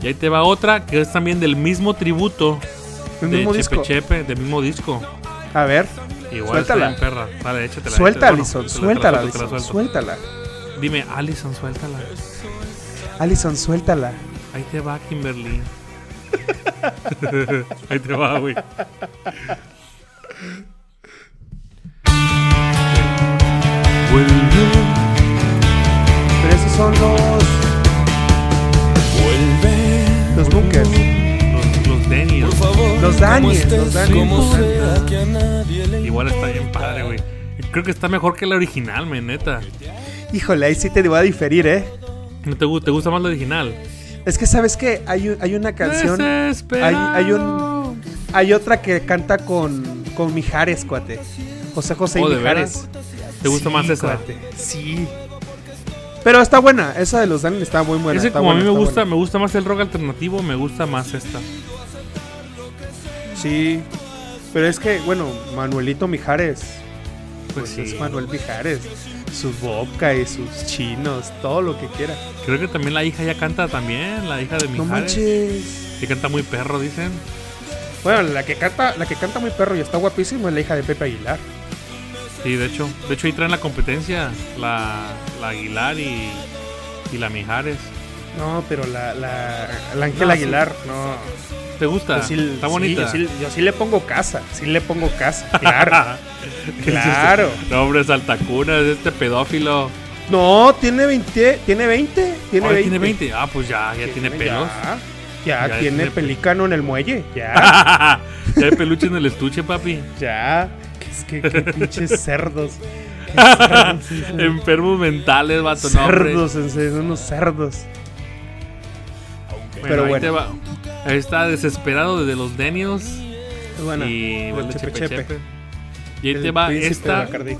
Speaker 5: Y ahí te va otra que es también del mismo tributo
Speaker 4: El
Speaker 5: de
Speaker 4: mismo
Speaker 5: Chepe
Speaker 4: disco.
Speaker 5: Chepe, del mismo disco.
Speaker 4: A ver.
Speaker 5: Igual está
Speaker 4: Suéltala.
Speaker 5: bien perra. Dale, échatela. échatela. Bueno,
Speaker 4: Suelta, Alison.
Speaker 5: te la- te la
Speaker 4: Suéltala,
Speaker 5: suelto, te la
Speaker 4: Alison.
Speaker 5: suelto.
Speaker 4: Suéltala.
Speaker 5: Dime, Alison, suéltala.
Speaker 4: Alison, suéltala.
Speaker 5: Ahí te va, Kimberly. Ahí te va, güey. Vuelve.
Speaker 4: Pero esos son los.
Speaker 8: Vuelve,
Speaker 4: Los bunkers.
Speaker 5: Los, los Daniels.
Speaker 8: por favor.
Speaker 4: Los Daniels,
Speaker 8: como este,
Speaker 4: los Daniels.
Speaker 8: Como sea que a nadie le
Speaker 5: Igual está bien padre, güey. Creo que está mejor que la original, me neta.
Speaker 4: Híjole, ahí sí te voy a diferir, ¿eh?
Speaker 5: ¿No te, gu- te gusta más la original?
Speaker 4: Es que sabes que hay, un- hay una canción. Hay,
Speaker 5: Desesperado.
Speaker 4: hay un. Hay otra que canta con, con Mijares, cuate. José José y
Speaker 5: Oh, ¿de
Speaker 4: Mijares.
Speaker 5: ¿Te gusta
Speaker 4: Sí,
Speaker 5: más esa?
Speaker 4: cuate, Sí. Pero está buena, esa de los Daniels está muy buena.
Speaker 5: Ese
Speaker 4: está
Speaker 5: como a mí
Speaker 4: buena,
Speaker 5: me
Speaker 4: está
Speaker 5: gusta, me
Speaker 4: buena.
Speaker 5: gusta más el rock alternativo, me gusta más esta.
Speaker 4: Sí. Pero es que, bueno, Manuelito Mijares. Pues,
Speaker 5: Pues sí.
Speaker 4: es Manuel Mijares. Su boca y sus chinos, todo lo que quiera.
Speaker 5: Creo que también la hija ya canta también, la hija de
Speaker 4: No
Speaker 5: Mijares.
Speaker 4: manches.
Speaker 5: que canta muy perro, dicen.
Speaker 4: Bueno, la que canta, la que canta muy perro y está guapísima es la hija de Pepe Aguilar.
Speaker 5: Sí, de hecho. De hecho, ahí traen la competencia. La, la Aguilar y, y la Mijares.
Speaker 4: No, pero la, la, la Ángela
Speaker 5: No, sí.
Speaker 4: Aguilar, no.
Speaker 5: ¿Te gusta?
Speaker 4: Yo Pues sí-
Speaker 5: Está
Speaker 4: sí,
Speaker 5: bonita.
Speaker 4: yo, sí, yo sí le pongo casa, sí le pongo casa, claro. claro.
Speaker 5: No, hombre, Saltacuna, es este pedófilo.
Speaker 4: No, tiene 20, tiene 20, tiene
Speaker 5: Ay,
Speaker 4: 20.
Speaker 5: tiene 20. Ah, pues ya, ya tiene, pelos.
Speaker 4: Ya, ya
Speaker 5: Ya
Speaker 4: tiene
Speaker 5: tiene
Speaker 4: pelícano en el muelle, ya,
Speaker 5: Ya. hay peluche en el estuche, papi.
Speaker 4: ya. Es que qué pinches cerdos. Qué cerdos, es un-
Speaker 5: Enfermos mentales, vato. No, hombre.
Speaker 4: cerdos, en serio, son unos cerdos.
Speaker 5: Bueno,
Speaker 4: Pero
Speaker 5: ahí
Speaker 4: bueno.
Speaker 5: te va. Ahí está desesperado desde los Daniels.
Speaker 4: Bueno,
Speaker 5: y
Speaker 4: el
Speaker 5: bueno,
Speaker 4: Chepe
Speaker 5: Chepe
Speaker 4: Chepe.
Speaker 5: Chepe. Y ahí
Speaker 4: el
Speaker 5: te va
Speaker 4: príncipe de
Speaker 5: esta.
Speaker 4: Bacardí.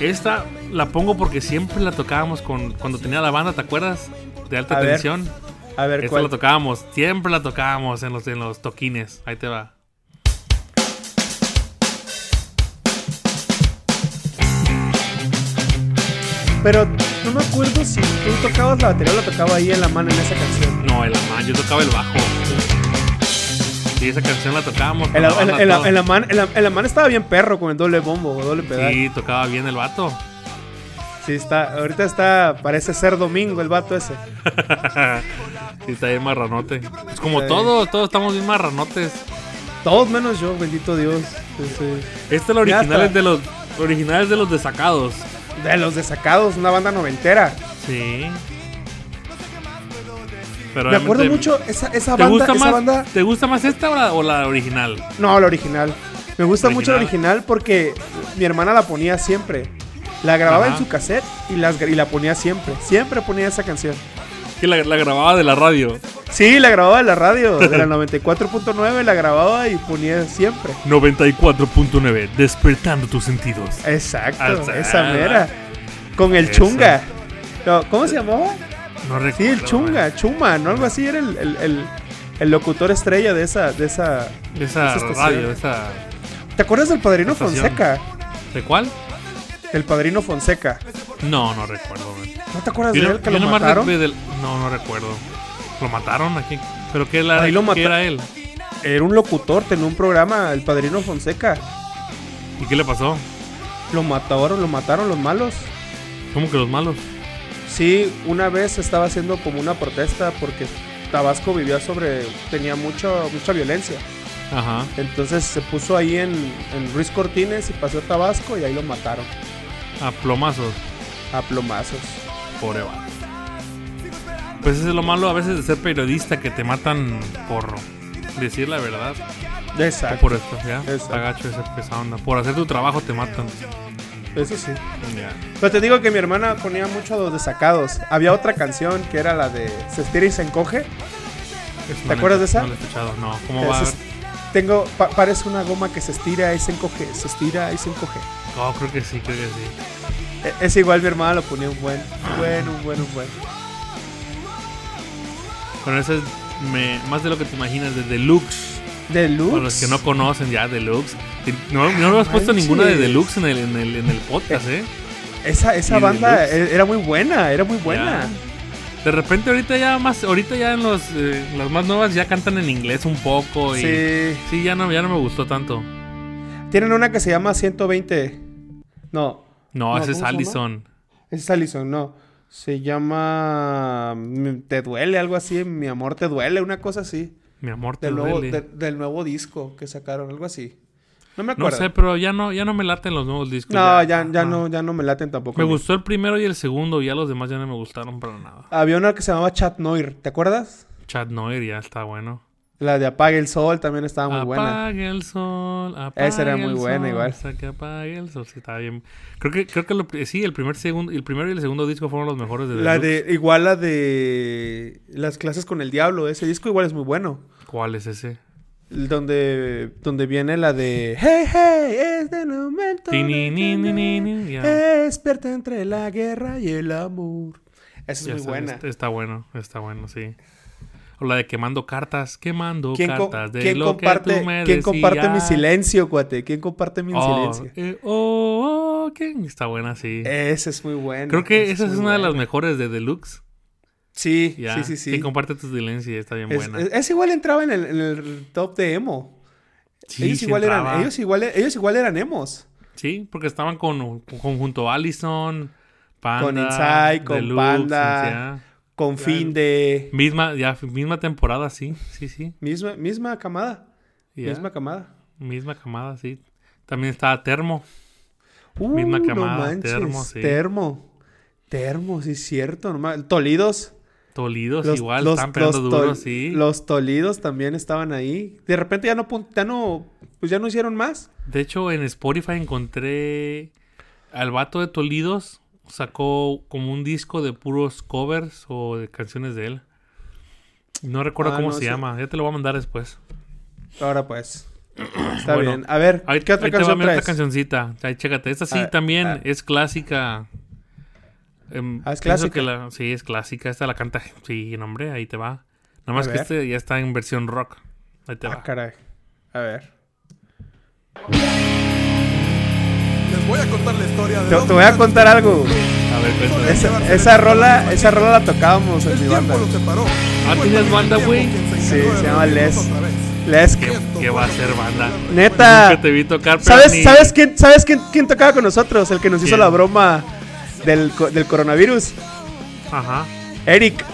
Speaker 5: Esta la pongo porque siempre la tocábamos con, cuando tenía la banda, ¿te acuerdas? De alta
Speaker 4: A ver,
Speaker 5: tensión.
Speaker 4: A ver,
Speaker 5: Esta
Speaker 4: ¿cuál?
Speaker 5: la tocábamos, siempre la tocábamos en los, en los toquines. Ahí te va.
Speaker 4: Pero no me acuerdo si tú tocabas la batería o la tocaba ahí en la mano en esa canción.
Speaker 5: No, el amán, yo tocaba el bajo. Y esa canción la tocábamos. con
Speaker 4: El,
Speaker 5: la banda, todo.
Speaker 4: man, estaba bien perro con el doble bombo o doble pedal. Sí.
Speaker 5: Sí, tocaba bien el vato.
Speaker 4: está. Ahorita está. Parece ser domingo el vato ese.
Speaker 5: sí, está bien marranote. Es como
Speaker 4: Sí.
Speaker 5: todos, todos estamos bien marranotes.
Speaker 4: Todos menos yo, bendito Dios. Ese-
Speaker 5: Esta la
Speaker 4: Ya
Speaker 5: original
Speaker 4: está.
Speaker 5: Este es de los originales de los desacados.
Speaker 4: De los desacados, una banda noventera.
Speaker 5: Sí. Pero
Speaker 4: Me acuerdo
Speaker 5: obviamente-
Speaker 4: mucho esa, esa
Speaker 5: ¿Te
Speaker 4: banda.
Speaker 5: gusta,
Speaker 4: esa
Speaker 5: más,
Speaker 4: banda.
Speaker 5: ¿Te gusta más esta o la, o la original?
Speaker 4: No, la original. Me gusta mucho la
Speaker 5: Original.
Speaker 4: original porque mi hermana la ponía siempre. La grababa
Speaker 5: Ajá.
Speaker 4: en su cassette y, las, gra- y la ponía siempre. Siempre ponía esa canción.
Speaker 5: Que la, la grababa de la radio.
Speaker 4: Sí, la grababa de la radio, de la 94.9, la grababa y ponía siempre.
Speaker 5: 94.9, despertando tus sentidos.
Speaker 4: Exacto,
Speaker 5: Alza-
Speaker 4: esa mera. Con el
Speaker 5: Esa.
Speaker 4: chunga. No, ¿Cómo se llamó?
Speaker 5: No recuerdo.
Speaker 4: Sí, el chunga,
Speaker 5: man.
Speaker 4: chuma, ¿no? Algo así era el, el- el- el locutor estrella de esa, de esa.
Speaker 5: Esa
Speaker 4: estación.
Speaker 5: radio, esa.
Speaker 4: ¿Te acuerdas del padrino
Speaker 5: Estación.
Speaker 4: Fonseca?
Speaker 5: ¿De cuál?
Speaker 4: El padrino Fonseca.
Speaker 5: No, no recuerdo. man.
Speaker 4: ¿No te acuerdas
Speaker 5: Yo
Speaker 4: de
Speaker 5: no-
Speaker 4: él que
Speaker 5: yo
Speaker 4: lo
Speaker 5: nomás
Speaker 4: mataron?
Speaker 5: re- del- No, no recuerdo. ¿Lo mataron aquí? ¿Pero qué, era-
Speaker 4: Ahí lo
Speaker 5: qué
Speaker 4: mata-
Speaker 5: era él?
Speaker 4: Era un locutor, tenía un programa, el padrino Fonseca.
Speaker 5: ¿Y qué le pasó?
Speaker 4: Lo mataron, lo mataron los malos.
Speaker 5: ¿Cómo que los malos?
Speaker 4: Sí, una vez estaba haciendo como una protesta porque Tabasco vivía sobre, tenía mucho, mucha violencia.
Speaker 5: Ajá.
Speaker 4: Entonces se puso ahí en, en Ruiz Cortines y pasó a Tabasco y ahí lo mataron
Speaker 5: A plomazos.
Speaker 4: a plomazos.
Speaker 5: Pobre vato. Pues eso es lo malo a veces de ser periodista, que te matan por decir la verdad. O
Speaker 4: Exacto.
Speaker 5: por esto, ya.
Speaker 4: Exacto.
Speaker 5: Está gacho esa, esa onda. Por hacer tu trabajo te matan.
Speaker 4: Eso sí. Pero te digo que mi hermana ponía mucho los desacados. Había otra canción que era la de Se estira y se encoge.
Speaker 5: ¿Te
Speaker 4: acuerdas de esa?
Speaker 5: No lo he escuchado, no. ¿Cómo
Speaker 4: Es-
Speaker 5: va?
Speaker 4: es- tengo, pa- parece una goma que se estira y se encoge, se estira y se encoge.
Speaker 5: Oh, creo que sí, creo que sí.
Speaker 4: E- Es igual mi hermana lo ponía un buen, un buen, un buen, un buen.
Speaker 5: Bueno, esa es me- más de lo que te imaginas, de Deluxe.
Speaker 4: Deluxe.
Speaker 5: Para los que no conocen ya, Deluxe. Y No, no me has puesto
Speaker 4: manches.
Speaker 5: ninguna de Deluxe en el, en el, en el podcast, ¿eh?
Speaker 4: Esa, esa
Speaker 5: Y
Speaker 4: banda
Speaker 5: Deluxe.
Speaker 4: e- era muy buena, era muy buena.
Speaker 5: De repente ahorita ya más, ahorita ya en los, eh, las más nuevas ya cantan en inglés un poco y
Speaker 4: Sí.
Speaker 5: sí, ya no, ya no me gustó tanto.
Speaker 4: Tienen una que se llama 120. No,
Speaker 5: No,
Speaker 4: No,
Speaker 5: ese es
Speaker 4: ¿cómo se llama?
Speaker 5: Allison.
Speaker 4: esa es Allison, no. Se llama mm, Te duele, algo así. Mi amor, te duele, una cosa así.
Speaker 5: Mi amor te
Speaker 4: Del nuevo,
Speaker 5: duele.
Speaker 4: de- del nuevo disco que sacaron, algo así. No me
Speaker 5: No
Speaker 4: acuerdo.
Speaker 5: sé, pero ya no, ya no me laten los nuevos discos.
Speaker 4: No, ya, ya
Speaker 5: Ajá.
Speaker 4: no, ya no me laten tampoco.
Speaker 5: Me
Speaker 4: a mí.
Speaker 5: gustó el primero y el segundo, ya los demás ya no me gustaron para nada.
Speaker 4: Había una que se llamaba Chat Noir, ¿te acuerdas?
Speaker 5: Chad Noir ya está bueno.
Speaker 4: La de Apague el Sol también estaba muy buena.
Speaker 5: Apague el sol, apague
Speaker 4: Esa era muy
Speaker 5: el
Speaker 4: buena
Speaker 5: sol,
Speaker 4: igual.
Speaker 5: hasta que apague el sol, sí, estaba bien. Creo que, creo que lo- sí, el primer, segundo, el primero y el segundo disco fueron los mejores de
Speaker 4: La
Speaker 5: Deluxe.
Speaker 4: de, igual la de Las clases con el diablo, ese disco igual es muy bueno.
Speaker 5: ¿Cuál es ese?
Speaker 4: El Donde, donde viene la de Hey, hey, es del momento. de
Speaker 5: Tini, ni, ni, ni,
Speaker 4: que-
Speaker 5: ni, ya.
Speaker 4: Despierta entre la guerra y el amor. Esa es
Speaker 5: Ya
Speaker 4: muy
Speaker 5: está,
Speaker 4: buena.
Speaker 5: Está, está bueno, está bueno, sí. O la de quemando cartas, quemando
Speaker 4: ¿Quién, co-
Speaker 5: cartas. de
Speaker 4: quién
Speaker 5: lo que
Speaker 4: comparte,
Speaker 5: tú me
Speaker 4: quién comparte mi
Speaker 5: decías.
Speaker 4: silencio, cuate? ¿Quién comparte mi
Speaker 5: Oh,
Speaker 4: silencio?
Speaker 5: eh, oh, oh, ¿quién? Está buena, sí.
Speaker 4: Esa Eh, es muy buena.
Speaker 5: Creo que esa es
Speaker 4: muy
Speaker 5: una de las
Speaker 4: buena.
Speaker 5: mejores de Deluxe.
Speaker 4: Sí,
Speaker 5: Ya.
Speaker 4: sí, sí, sí.
Speaker 5: Que comparte tu silencio y está bien
Speaker 4: Es,
Speaker 5: buena.
Speaker 4: es- es igual entraba en el, en el top de emo.
Speaker 5: sí,
Speaker 4: ellos,
Speaker 5: sí
Speaker 4: igual eran,
Speaker 5: entraba.
Speaker 4: ellos, igual, ellos igual eran emos.
Speaker 5: Sí, porque estaban con, con- junto a Allison, Panda,
Speaker 4: Con Inside, con
Speaker 5: Deluxe,
Speaker 4: Panda.
Speaker 5: ya.
Speaker 4: Con fin de...
Speaker 5: Misma, ya, misma temporada, sí, sí, sí.
Speaker 4: Misma, misma camada.
Speaker 5: ya.
Speaker 4: Misma camada.
Speaker 5: Misma camada, sí. También estaba Termo.
Speaker 4: Uh,
Speaker 5: Misma
Speaker 4: no
Speaker 5: camada,
Speaker 4: manches,
Speaker 5: termo, sí.
Speaker 4: Termo. Termo, sí es cierto. no ma- Tolidos.
Speaker 5: Tolidos igual,
Speaker 4: los-
Speaker 5: estaban pegando
Speaker 4: los
Speaker 5: duro,
Speaker 4: tol-
Speaker 5: sí.
Speaker 4: Los Tolidos también estaban ahí. De repente ya no, pun- ya no, pues ya no hicieron más.
Speaker 5: De hecho, en Spotify encontré al vato de Tolidos. Sacó como un disco de puros covers o de canciones de él. No recuerdo
Speaker 4: Ah,
Speaker 5: cómo
Speaker 4: no,
Speaker 5: se
Speaker 4: sí.
Speaker 5: llama. Ya te lo voy a mandar después.
Speaker 4: Ahora pues. Está
Speaker 5: Bueno,
Speaker 4: bien. A ver,
Speaker 5: Ahí,
Speaker 4: ¿qué otra
Speaker 5: ahí te va
Speaker 4: canción
Speaker 5: mi otra
Speaker 4: traes?
Speaker 5: cancioncita. Ahí, chécate. Esta sí
Speaker 4: Ah,
Speaker 5: también
Speaker 4: ah.
Speaker 5: es clásica. Em,
Speaker 4: Ah, es
Speaker 5: pienso
Speaker 4: clásica.
Speaker 5: que la- sí, es clásica. Esta la canta. Sí, nombre, ahí te va. Nada más
Speaker 4: A
Speaker 5: que
Speaker 4: ver.
Speaker 5: este ya está en versión rock. Ahí te
Speaker 4: Ah,
Speaker 5: va.
Speaker 4: caray. A ver.
Speaker 7: Les voy a contar la historia de
Speaker 4: Te,
Speaker 7: dos
Speaker 4: te voy a
Speaker 7: muchachos
Speaker 4: contar algo.
Speaker 5: A ver, cuéntame.
Speaker 7: que
Speaker 4: Esa,
Speaker 7: llevarse
Speaker 4: esa
Speaker 7: el-
Speaker 4: rola, esa rola la tocábamos en
Speaker 7: El
Speaker 4: mi banda.
Speaker 7: tiempo los separó.
Speaker 5: Ah,
Speaker 7: Fue
Speaker 5: ¿tienes
Speaker 7: el
Speaker 5: banda,
Speaker 7: tiempo
Speaker 5: güey?
Speaker 7: quien encargó
Speaker 4: Sí, se
Speaker 7: de
Speaker 4: llama
Speaker 7: reunirnos
Speaker 4: Les.
Speaker 7: otra vez.
Speaker 4: Les
Speaker 5: ¿Qué, qué va a ser banda? Nunca
Speaker 4: Neta.
Speaker 5: te vi tocar, pero
Speaker 4: Ah. ¿Sabes,
Speaker 5: ni-
Speaker 4: ¿sabes, quién, ¿Sabes quién, quién tocaba con nosotros? El que nos hizo
Speaker 5: ¿Quién?
Speaker 4: la broma del, co- del coronavirus.
Speaker 5: Ajá.
Speaker 4: Eric.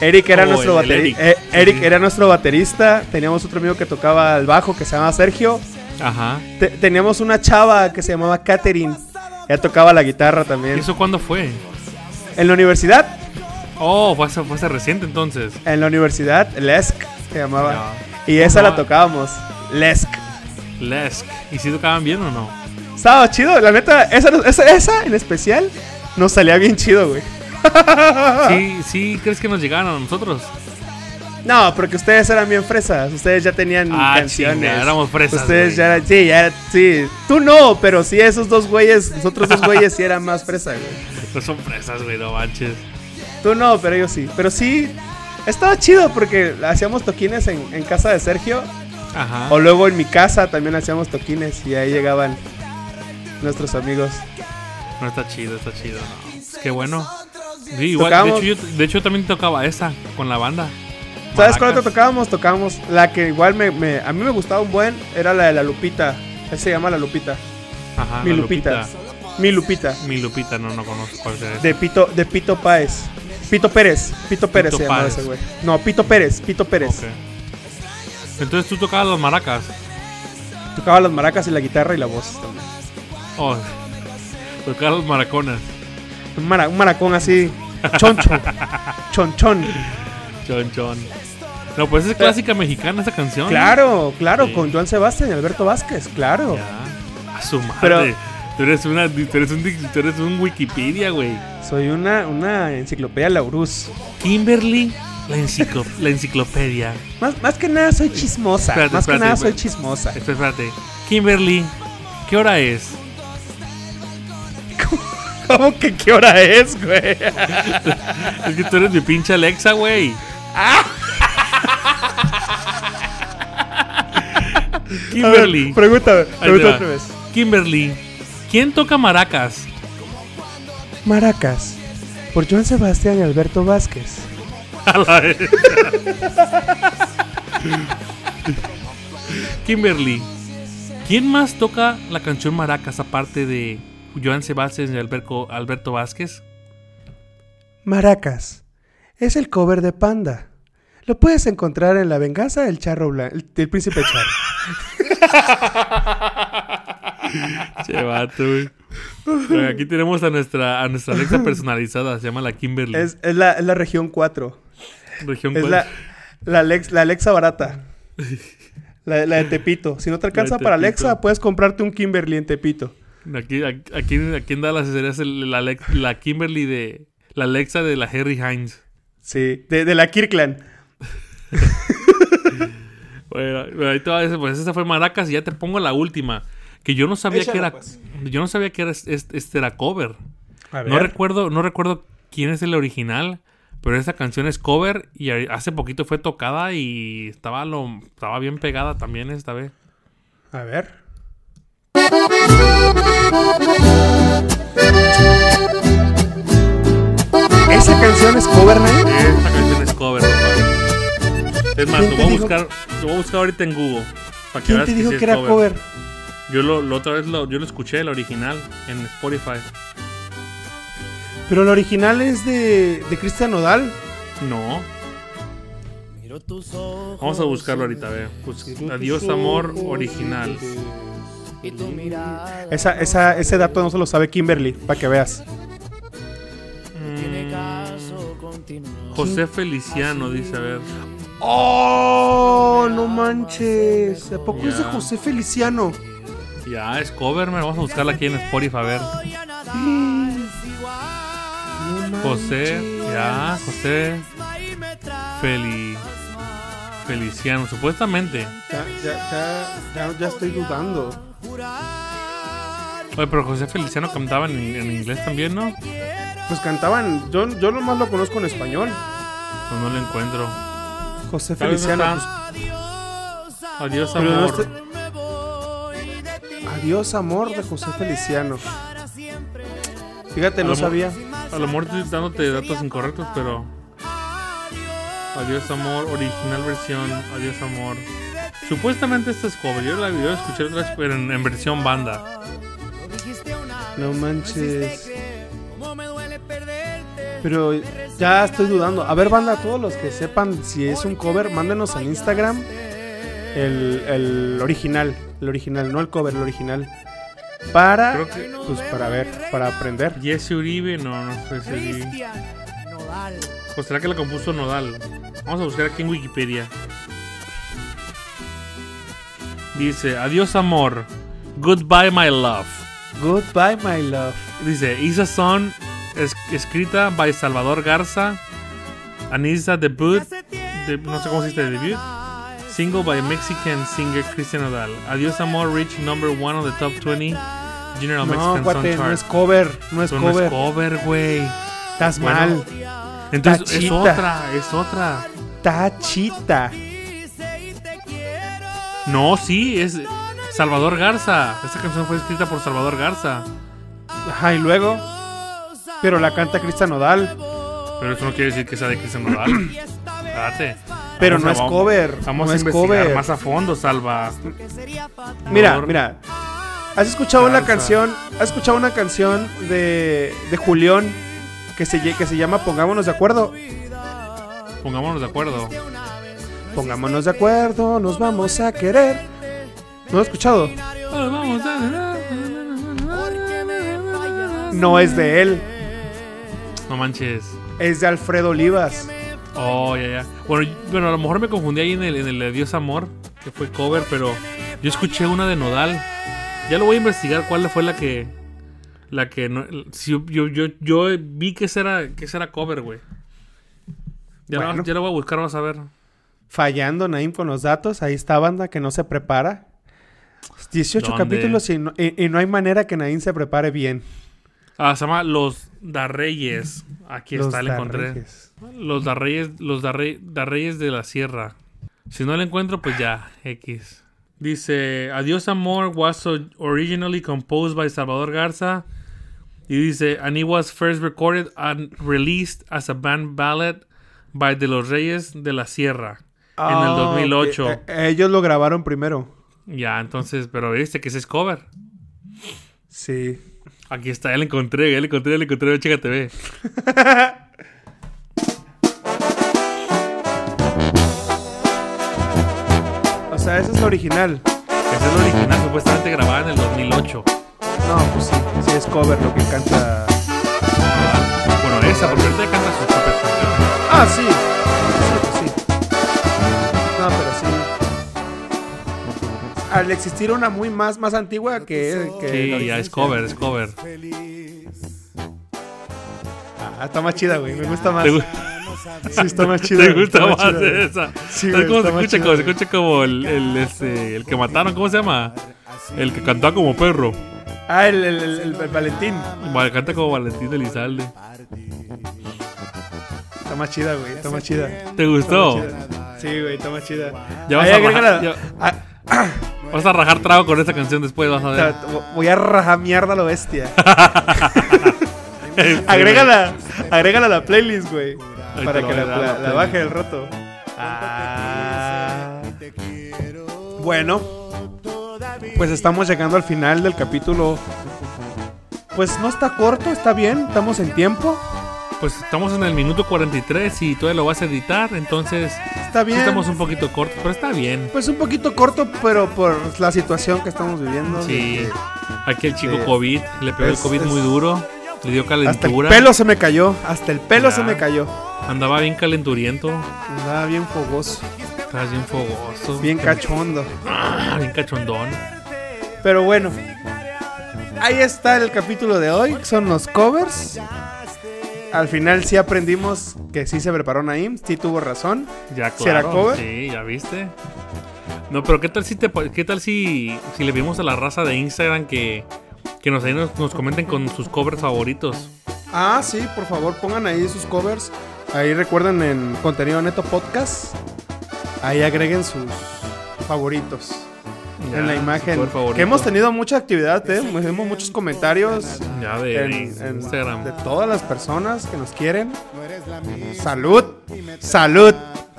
Speaker 4: Eric era
Speaker 5: Oh,
Speaker 4: nuestro
Speaker 5: el- el Eric.
Speaker 4: baterista.
Speaker 5: Sí, sí.
Speaker 4: era nuestro baterista. Teníamos otro amigo que tocaba el bajo que se llamaba Sergio.
Speaker 5: Ajá.
Speaker 4: Te- teníamos una chava que se llamaba Katherine. Ella tocaba la guitarra
Speaker 5: ¿Y
Speaker 4: también.
Speaker 5: eso cuándo fue?
Speaker 4: En la universidad,
Speaker 5: Oh, fue hace, fue hace reciente entonces.
Speaker 4: en la universidad, Lesk se llamaba.
Speaker 5: Ya.
Speaker 4: Y esa
Speaker 5: Ajá.
Speaker 4: la tocábamos. Lesk.
Speaker 5: Lesk. ¿Y si tocaban bien o no?
Speaker 4: Estaba chido, la neta, esa, esa, esa en especial nos salía bien chido, güey. Ah.
Speaker 5: Sí, sí, ¿crees que nos llegaron a nosotros?
Speaker 4: No, porque ustedes eran bien fresas. Ustedes ya tenían
Speaker 5: Ah,
Speaker 4: canciones.
Speaker 5: chinga, éramos fresas,
Speaker 4: Ustedes
Speaker 5: güey.
Speaker 4: ya eran, sí, ya era- sí. Tú no, pero sí, esos dos güeyes, nosotros dos güeyes sí eran más fresa, güey.
Speaker 5: No son fresas, güey, no manches.
Speaker 4: Tú no, pero ellos sí. Pero sí, estaba chido porque hacíamos toquines en, en casa de Sergio.
Speaker 5: Ajá.
Speaker 4: O luego en mi casa también hacíamos toquines y ahí llegaban nuestros amigos.
Speaker 5: No está chido, está chido. no. Pues qué bueno. Sí, igual, de hecho,
Speaker 4: Tocamos-
Speaker 5: yo, de hecho, también tocaba esa con la banda.
Speaker 4: ¿Sabes cuál otra
Speaker 5: Maracas.
Speaker 4: tocábamos? Tocábamos la que igual me, me- a mí me gustaba un buen, era la de la Lupita. Esa se llama la Lupita.
Speaker 5: Ajá,
Speaker 4: Mi
Speaker 5: Ah, la
Speaker 4: Lupita. Mi Lupita.
Speaker 5: Mi Lupita, no, no conozco cuál será. esa.
Speaker 4: De Pito, de Pito Páez. Pito Pérez. Pito Pérez
Speaker 5: Pito
Speaker 4: se llamaba
Speaker 5: Páez.
Speaker 4: ese güey. No, Pito Pérez. Pito Pérez.
Speaker 5: Ok. Entonces tú tocabas las maracas.
Speaker 4: Tocaba las maracas y la guitarra y la voz también.
Speaker 5: Oh, tocabas los maracones.
Speaker 4: Un, mara- un maracón así. Choncho. Chonchón.
Speaker 5: Chon, chon. No, pues es clásica mexicana esa canción.
Speaker 4: Claro, claro.
Speaker 5: Sí.
Speaker 4: Con Joan Sebastián y Alberto Vázquez. Claro.
Speaker 5: Ya. A su madre.
Speaker 4: Pero
Speaker 5: Tú eres, una, tú eres, un, dic- tú eres un Wikipedia, güey.
Speaker 4: Soy una, una enciclopedia Laurus.
Speaker 5: Kimberly, la, enciclo- la enciclopedia.
Speaker 4: Más, más que nada soy chismosa.
Speaker 5: Espérate,
Speaker 4: más que
Speaker 5: espérate,
Speaker 4: nada
Speaker 5: güey.
Speaker 4: soy chismosa.
Speaker 5: Espérate, espérate. Kimberly, ¿qué hora es?
Speaker 4: ¿Cómo que qué hora es, güey?
Speaker 5: Es que tú eres mi pinche Alexa, güey.
Speaker 4: Ah.
Speaker 5: Kimberly.
Speaker 4: Pregúntame,
Speaker 5: Ahí te
Speaker 4: pregúntame
Speaker 5: va.
Speaker 4: otra vez.
Speaker 5: Kimberly, ¿quién toca maracas?
Speaker 4: Maracas. Por Joan Sebastián y Alberto Vázquez.
Speaker 5: A la vez. Kimberly, ¿quién más toca la canción Maracas aparte de Joan Sebastián y Alberco- Alberto Vázquez?
Speaker 4: Maracas. Es el cover de Panda. Lo puedes encontrar en La Venganza del Charro Blanco. El, del Príncipe Charro.
Speaker 5: Che, vato, güey. Bueno, Aquí tenemos a nuestra, a nuestra Alexa personalizada, se llama la Kimberly.
Speaker 4: es, es la, es la región 4.
Speaker 5: región
Speaker 4: Es
Speaker 5: cual-
Speaker 4: la, la, Alex- la Alexa barata. La, la de Tepito. Si no te alcanza para
Speaker 5: Tepito.
Speaker 4: Alexa, puedes comprarte un Kimberly en Tepito.
Speaker 5: Aquí, aquí, aquí, aquí anda las escenas el- la, Alex- la Kimberly de. La Alexa de la Harry Hines.
Speaker 4: Sí, de, de la Kirkland.
Speaker 5: Bueno, bueno, ahí te va ese, pues esa fue Maracas y ya te pongo la última. Que yo no sabía
Speaker 4: Échala,
Speaker 5: que era.
Speaker 4: pues.
Speaker 5: Yo no sabía que era es- es- este era cover.
Speaker 4: A
Speaker 5: No recuerdo, no recuerdo quién es el original, pero esa canción es cover y a- hace poquito fue tocada y estaba lo, estaba bien pegada también esta vez.
Speaker 4: A ver. ¿Esa canción es cover, ¿no?
Speaker 5: Esta canción es cover, compadre. Es más,
Speaker 4: ¿Quién
Speaker 5: lo
Speaker 4: te
Speaker 5: voy, a
Speaker 4: dijo-
Speaker 5: buscar, lo voy a buscar ahorita en Google. Para
Speaker 4: ¿Quién
Speaker 5: veas
Speaker 4: te dijo
Speaker 5: sí es
Speaker 4: que era cover?
Speaker 5: Yo lo, lo otra vez lo, yo lo escuché, el original, en Spotify.
Speaker 4: Pero el original es de, de Cristian Nodal.
Speaker 5: No. Vamos a buscarlo ahorita, ve. Pues, Adiós amor original.
Speaker 4: Esa, esa, ese dato no se lo sabe Kimberly, para que veas.
Speaker 5: José Feliciano dice, a ver.
Speaker 4: ¡Oh! No manches. ¿A poco
Speaker 5: Ya.
Speaker 4: es de José Feliciano?
Speaker 5: Ya, es cover, man. Vamos a buscarla aquí en Spotify, a ver. José, ya, José. Feli. Feliciano, supuestamente.
Speaker 4: Ya, ya, ya, ya, ya estoy dudando.
Speaker 5: Oye, pero José Feliciano cantaba en, en inglés también, ¿no? Pues
Speaker 4: Pues cantaban, yo, yo nomás lo conozco en español.
Speaker 5: no lo encuentro.
Speaker 4: José
Speaker 5: Tal vez no
Speaker 4: Feliciano. pues,
Speaker 5: está. Adiós,
Speaker 4: Pero no
Speaker 5: amor.
Speaker 4: está- Adiós amor de José Feliciano. Fíjate,
Speaker 5: A
Speaker 4: no
Speaker 5: lo mo-
Speaker 4: sabía.
Speaker 5: A lo mejor estoy dándote datos incorrectos, pero. Adiós amor, original versión, adiós amor. Supuestamente esta es cover, yo la yo la escuché otra vez, pero en, en versión banda.
Speaker 4: No manches. Pero ya estoy dudando. A ver, banda, todos los que sepan si es un cover, mándenos al Instagram el, el original. El original, no el cover, el original. Para,
Speaker 5: Creo que-
Speaker 4: pues, para ver, para aprender.
Speaker 5: Jesse Uribe, no, no fue ese Uribe. O Pues será que la compuso Nodal. Vamos a buscar aquí en Wikipedia. Dice, adiós amor, goodbye my love.
Speaker 4: Goodbye, my love.
Speaker 5: Dice, Isa Son, es- escrita by Salvador Garza, Anisa Debut, de- no sé cómo se dice debut, single by Mexican singer Cristian Odal. Adiós Amor reached number one on the top 20 General
Speaker 4: No,
Speaker 5: Mexican
Speaker 4: cuate,
Speaker 5: Song
Speaker 4: no
Speaker 5: Chart.
Speaker 4: es cover, no es
Speaker 5: Eso no es
Speaker 4: cover.
Speaker 5: cover, güey.
Speaker 4: Estás
Speaker 5: Bueno.
Speaker 4: mal.
Speaker 5: Entonces es
Speaker 4: Tachita.
Speaker 5: otra, es otra.
Speaker 4: Tachita.
Speaker 5: No, sí, es Salvador Garza. Esta canción fue escrita por Salvador Garza.
Speaker 4: Ajá, y luego. Pero la canta Cristian Nodal.
Speaker 5: Pero eso no quiere decir que sea de Cristian Odal. Espérate.
Speaker 4: Pero
Speaker 5: Vamos
Speaker 4: no
Speaker 5: a-
Speaker 4: es cover,
Speaker 5: Vamos
Speaker 4: no
Speaker 5: a
Speaker 4: es
Speaker 5: investigar
Speaker 4: cover.
Speaker 5: más a fondo, Salva.
Speaker 4: Mira,
Speaker 5: Por-
Speaker 4: mira. ¿Has escuchado una
Speaker 5: Garza.
Speaker 4: canción? ¿Has escuchado una canción de, de Julián que se, lle- que se llama Pongámonos de acuerdo?
Speaker 5: Pongámonos de acuerdo.
Speaker 4: Pongámonos de acuerdo, nos vamos a querer. ¿No lo has escuchado? No es de él,
Speaker 5: No manches.
Speaker 4: es de Alfredo Olivas.
Speaker 5: Oh, ya, ya. Bueno, y- bueno, a lo mejor me confundí ahí en el, en el de Dios Amor, que fue cover, pero yo escuché una de Nodal. Ya lo voy a investigar cuál fue la que La que no, sí, yo, yo, yo vi que esa era, que esa era cover, güey. Ya, la-
Speaker 4: Bueno.
Speaker 5: ya la voy a buscar, vas a ver.
Speaker 4: Fallando Naim con los datos. Ahí está banda que no se prepara. 18
Speaker 5: ¿Dónde?
Speaker 4: capítulos y no, y- y no hay manera que Naim se prepare bien.
Speaker 5: Ah, se llama Los Darreyes. Aquí
Speaker 4: Los
Speaker 5: está, la encontré.
Speaker 4: Darreyes.
Speaker 5: Los Darreyes, los Darre- Darreyes de la Sierra. Si no la encuentro, pues ya, X. Dice, Adiós Amor was o- originally composed by Salvador Garza. Y dice, and it was first recorded and released as a band ballad by De Los Reyes de la Sierra. en el
Speaker 4: Ah,
Speaker 5: 2008.
Speaker 4: ok. Eh, ellos lo grabaron primero.
Speaker 5: Ya, entonces, pero viste que ese es cover.
Speaker 4: Sí.
Speaker 5: Aquí está, ya le encontré, ya le encontré, ya le encontré, chécate, ve.
Speaker 4: O sea, esa es la original.
Speaker 5: Esa es la original, supuestamente grabada en el 2008.
Speaker 4: No, pues sí. Sí, es cover lo que canta.
Speaker 5: Bueno, esa, porque ahorita canta sus propias canciones.
Speaker 4: Ah, sí. Sí, pues sí. No, pero sí. Al existir una muy más, más antigua que. que la
Speaker 5: Sí, ya
Speaker 4: original.
Speaker 5: es cover, es cover.
Speaker 4: Ah, está más chida, güey. Me gusta más.
Speaker 5: ¿Te, gu-
Speaker 4: Sí, está más chida.
Speaker 5: te
Speaker 4: güey,
Speaker 5: gusta
Speaker 4: está
Speaker 5: más
Speaker 4: chida, güey.
Speaker 5: esa?
Speaker 4: Sí,
Speaker 5: ¿Sabes cómo
Speaker 4: güey,
Speaker 5: se escucha?
Speaker 4: está más chida,
Speaker 5: Como se
Speaker 4: güey.
Speaker 5: escucha como el, el, este, el que mataron, ¿cómo se llama? El que cantaba como perro.
Speaker 4: Ah, el, el, el- el Valentín.
Speaker 5: Va- Canta como Valentín Elizalde.
Speaker 4: Está más chida, güey. Está más chida.
Speaker 5: ¿Te gustó?
Speaker 4: Sí, güey, está más chida.
Speaker 5: Oh. Ya vas
Speaker 4: Ahí
Speaker 5: a
Speaker 4: agrégala.
Speaker 5: bajar-
Speaker 4: Ah,
Speaker 5: Vas a rajar trago con esa canción después, vas a ver.
Speaker 4: ta- voy a rajar mierda a lo bestia.
Speaker 5: Sí,
Speaker 4: agrégala, agrégala a la playlist, güey. Para
Speaker 5: lo
Speaker 4: que
Speaker 5: voy a dar a la
Speaker 4: la, la- la
Speaker 5: playlist.
Speaker 4: baje el roto. Ah. Bueno, pues estamos llegando al final del capítulo. Pues no está corto, está bien, estamos en tiempo.
Speaker 5: Pues estamos en el minuto 43 y todavía lo vas a editar, entonces
Speaker 4: Está
Speaker 5: sí
Speaker 4: bien.
Speaker 5: estamos un poquito cortos, pero está bien.
Speaker 4: Pues un poquito corto, pero por la situación que estamos viviendo.
Speaker 5: Sí.
Speaker 4: de
Speaker 5: Aquí el chico
Speaker 4: Sí.
Speaker 5: COVID le pegó el
Speaker 4: Es-
Speaker 5: COVID
Speaker 4: es-
Speaker 5: muy duro, le dio
Speaker 4: que Hasta el
Speaker 5: calentura.
Speaker 4: pelo se me cayó, hasta el pelo
Speaker 5: Ya.
Speaker 4: se me cayó.
Speaker 5: Andaba bien calenturiento,
Speaker 4: Andaba bien fogoso,
Speaker 5: estabas bien fogoso,
Speaker 4: bien cachondo.
Speaker 5: ah, bien cachondón.
Speaker 4: Pero bueno, ahí está el capítulo de hoy. Son los covers. Al final sí aprendimos que sí se preparó Naim, sí tuvo razón.
Speaker 5: Ya claro.
Speaker 4: ¿Será cover?
Speaker 5: Sí, ya viste. No, pero qué tal si te pa- qué tal si si le vimos a la raza de Instagram que que nos, ahí nos, nos comenten con sus covers favoritos.
Speaker 4: Ah, sí, por favor, pongan ahí sus covers. Ahí recuerden en Contenido Neto Podcast. Ahí agreguen sus favoritos.
Speaker 5: Ya,
Speaker 4: en la
Speaker 5: su
Speaker 4: imagen.
Speaker 5: cover favorito.
Speaker 4: Que hemos tenido mucha actividad, ¿eh? Hemos muchos comentarios.
Speaker 5: Ya de,
Speaker 4: en,
Speaker 5: de
Speaker 4: en-
Speaker 5: Instagram.
Speaker 4: de todas las personas que nos quieren. Salud, salud.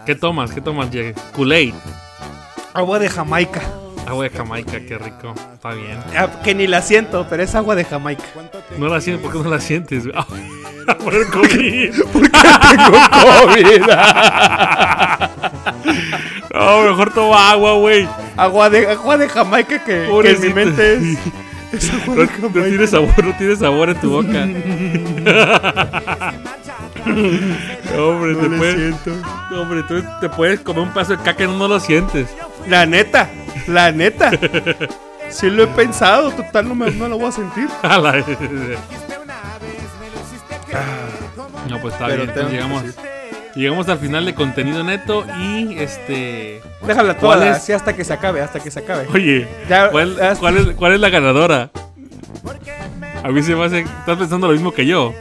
Speaker 5: ¿Qué tomas? ¿Qué tomas? Jay? Kool-Aid.
Speaker 4: Agua de Jamaica.
Speaker 5: Agua de Jamaica, qué rico. Está bien.
Speaker 4: Ah, que ni la siento, pero es agua de Jamaica.
Speaker 5: No la sientes, ¿por qué no la sientes? güey? Ah, por el COVID.
Speaker 4: Tengo COVID.
Speaker 5: No, mejor toma agua, güey.
Speaker 4: agua, de, agua de Jamaica que, que en mi
Speaker 5: Pobrecito.
Speaker 4: mente es. es
Speaker 5: No,
Speaker 4: agua de
Speaker 5: no
Speaker 4: Jamaica.
Speaker 5: tiene sabor, no tiene sabor en tu boca. No, hombre, te
Speaker 4: le
Speaker 5: puedes,
Speaker 4: siento.
Speaker 5: no, hombre, tú te puedes comer un pedazo de caca y no lo sientes.
Speaker 4: La neta, la neta. Sí lo he pensado, total no, me, no lo voy a sentir.
Speaker 5: A la- No, pues está
Speaker 4: Pero
Speaker 5: bien, entonces
Speaker 4: tengo que
Speaker 5: llegamos.
Speaker 4: decir.
Speaker 5: Llegamos al final de contenido neto y este.
Speaker 4: Déjala
Speaker 5: ¿Cuál
Speaker 4: toda,
Speaker 5: es?
Speaker 4: así hasta que se acabe, hasta que se acabe.
Speaker 5: Oye,
Speaker 4: Ya,
Speaker 5: ¿cuál,
Speaker 4: ya-
Speaker 5: cuál es, ¿cuál es la ganadora? A mí se me hace. Estás pensando lo mismo que yo.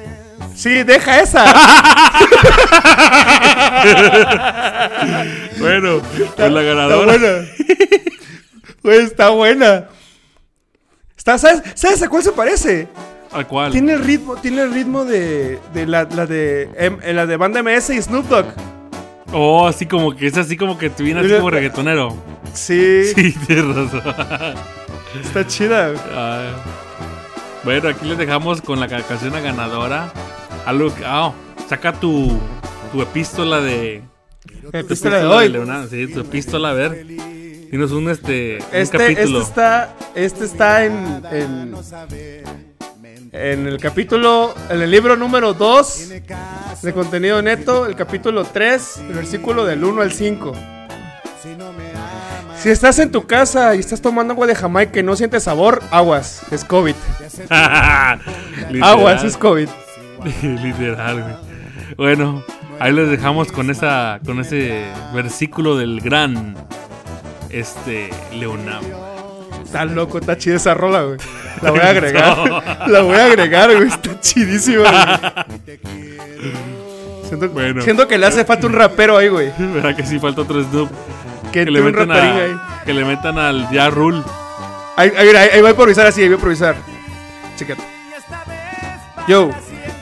Speaker 4: Sí, deja esa.
Speaker 5: Bueno, pues la
Speaker 4: Está
Speaker 5: ganadora.
Speaker 4: buena. Güey, está buena. Está, ¿sabes, ¿Sabes a cuál se parece?
Speaker 5: ¿A cuál?
Speaker 4: Tiene el ritmo, tiene el ritmo de, de la, la de em, eh, la de banda MS y Snoop Dogg.
Speaker 5: Oh, así como que es así como que tú vienes así como reggaetonero.
Speaker 4: Sí,
Speaker 5: Sí, tienes razón.
Speaker 4: está chida.
Speaker 5: Ah. Bueno, aquí les dejamos con la ca- canción a ganadora. Algo que- ah, saca tu, tu epístola de. Tu
Speaker 4: Epístola de hoy.
Speaker 5: Leonardo. Sí, tu epístola, a ver. Dinos un, este, un
Speaker 4: Este, este
Speaker 5: capítulo.
Speaker 4: está, este está en, en, en el capítulo, en el libro número 2 de contenido neto, el capítulo 3, el versículo del 1 al 5. Si estás en tu casa y estás tomando agua de Jamaica y no sientes sabor, aguas, es COVID.
Speaker 5: Literal.
Speaker 4: Aguas, es COVID.
Speaker 5: Literal, güey. Bueno, ahí les dejamos con esa con ese versículo del gran este Leonam.
Speaker 4: Está loco, está chida esa rola, güey. La voy a agregar. La voy a agregar, güey. Está chidísima, güey. Siento,
Speaker 5: Bueno.
Speaker 4: siento que le hace falta un rapero ahí, güey.
Speaker 5: ¿Verdad que sí falta otro Snoop?
Speaker 4: Que,
Speaker 5: le
Speaker 4: le un
Speaker 5: metan
Speaker 4: raperín
Speaker 5: a-
Speaker 4: ahí.
Speaker 5: que le metan al Ya Rule.
Speaker 4: Ahí, ahí, mira, ahí- ahí voy a improvisar así, ahí voy a improvisar. Chécate. Yo,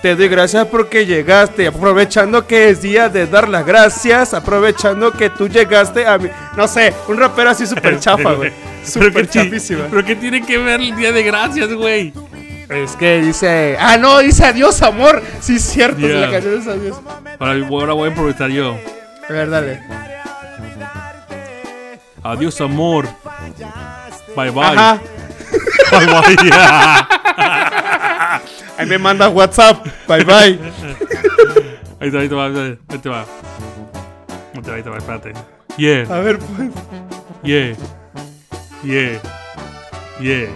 Speaker 4: te doy gracias porque llegaste. Aprovechando que es día de dar las gracias. Aprovechando que tú llegaste a mí. No sé, un rapero así súper chafa, güey.
Speaker 5: Pero que
Speaker 4: Súper
Speaker 5: ti-
Speaker 4: chafísima.
Speaker 5: ¿Pero qué tiene que ver el Día de Gracias, güey?
Speaker 4: Es que dice. Ah, no, dice adiós, amor. Sí, es cierto.
Speaker 5: Yeah.
Speaker 4: La canción es adiós.
Speaker 5: Ahora, ahora voy a improvisar yo.
Speaker 4: A ver, dale.
Speaker 5: Adiós, amor. Bye, bye.
Speaker 4: Ajá.
Speaker 5: Bye, bye.
Speaker 4: Ahí me manda WhatsApp. Bye bye.
Speaker 5: Ahí te va, ahí te va, ahí te va. Ahí te va, ahí te va, espérate. Yeah.
Speaker 4: A ver, pues.
Speaker 5: Yeah. Yeah. Yeah.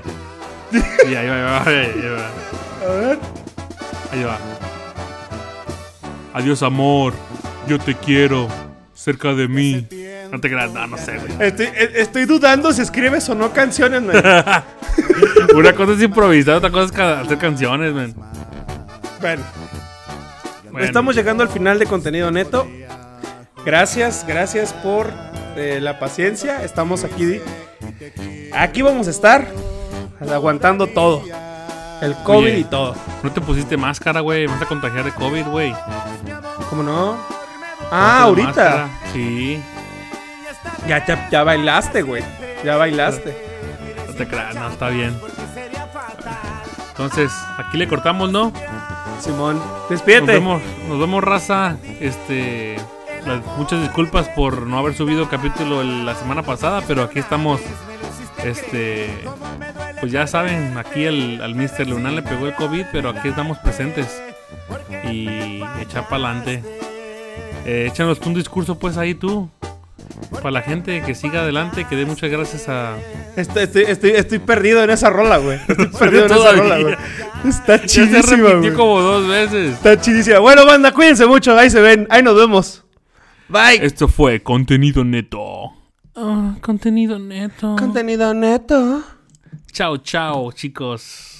Speaker 5: Yeah, ahí va, ahí va, ahí va.
Speaker 4: A ver.
Speaker 5: Ahí va. Adiós, amor. Yo te quiero. Cerca de mí. No te creas, no, no sé, güey.
Speaker 4: Estoy, eh, estoy dudando si escribes o no canciones, güey.
Speaker 5: Una cosa es improvisar, otra cosa es ca- hacer canciones, man.
Speaker 4: Bueno.
Speaker 5: Bueno.
Speaker 4: Estamos llegando al final de contenido neto. Gracias, gracias por eh, la paciencia. Estamos aquí. Aquí vamos a estar aguantando todo. El COVID
Speaker 5: Oye.
Speaker 4: y todo.
Speaker 5: No te pusiste máscara, güey. Me vas a contagiar de COVID, güey.
Speaker 4: ¿Cómo no? Ah, ahorita.
Speaker 5: Máscara. Sí.
Speaker 4: Ya, ya, ya bailaste, güey. Ya bailaste.
Speaker 5: No te creas, no, está bien. Entonces, aquí le cortamos, ¿no?
Speaker 4: Simón,
Speaker 5: Nos
Speaker 4: despídete.
Speaker 5: vemos, nos vemos, raza. Este, las- muchas disculpas por no haber subido capítulo el- la semana pasada, pero aquí estamos. Este, pues ya saben, aquí el, al Mr. Lunar le pegó el COVID, pero aquí estamos presentes. Y echar para adelante. échanos tú un discurso, pues ahí tú. Para la gente que siga adelante, que dé muchas gracias a.
Speaker 4: Estoy, estoy, estoy, estoy perdido en esa rola, güey. Estoy perdido en esa
Speaker 5: Todavía.
Speaker 4: rola, güey. Está
Speaker 5: Ya se
Speaker 4: chidísima,
Speaker 5: repitió
Speaker 4: güey.
Speaker 5: como dos veces.
Speaker 4: Está chidísima. Bueno, banda, cuídense mucho. Ahí se ven. Ahí nos vemos. Bye.
Speaker 5: Esto fue contenido neto. contenido neto.
Speaker 4: Contenido neto.
Speaker 5: Chao, chao, chicos.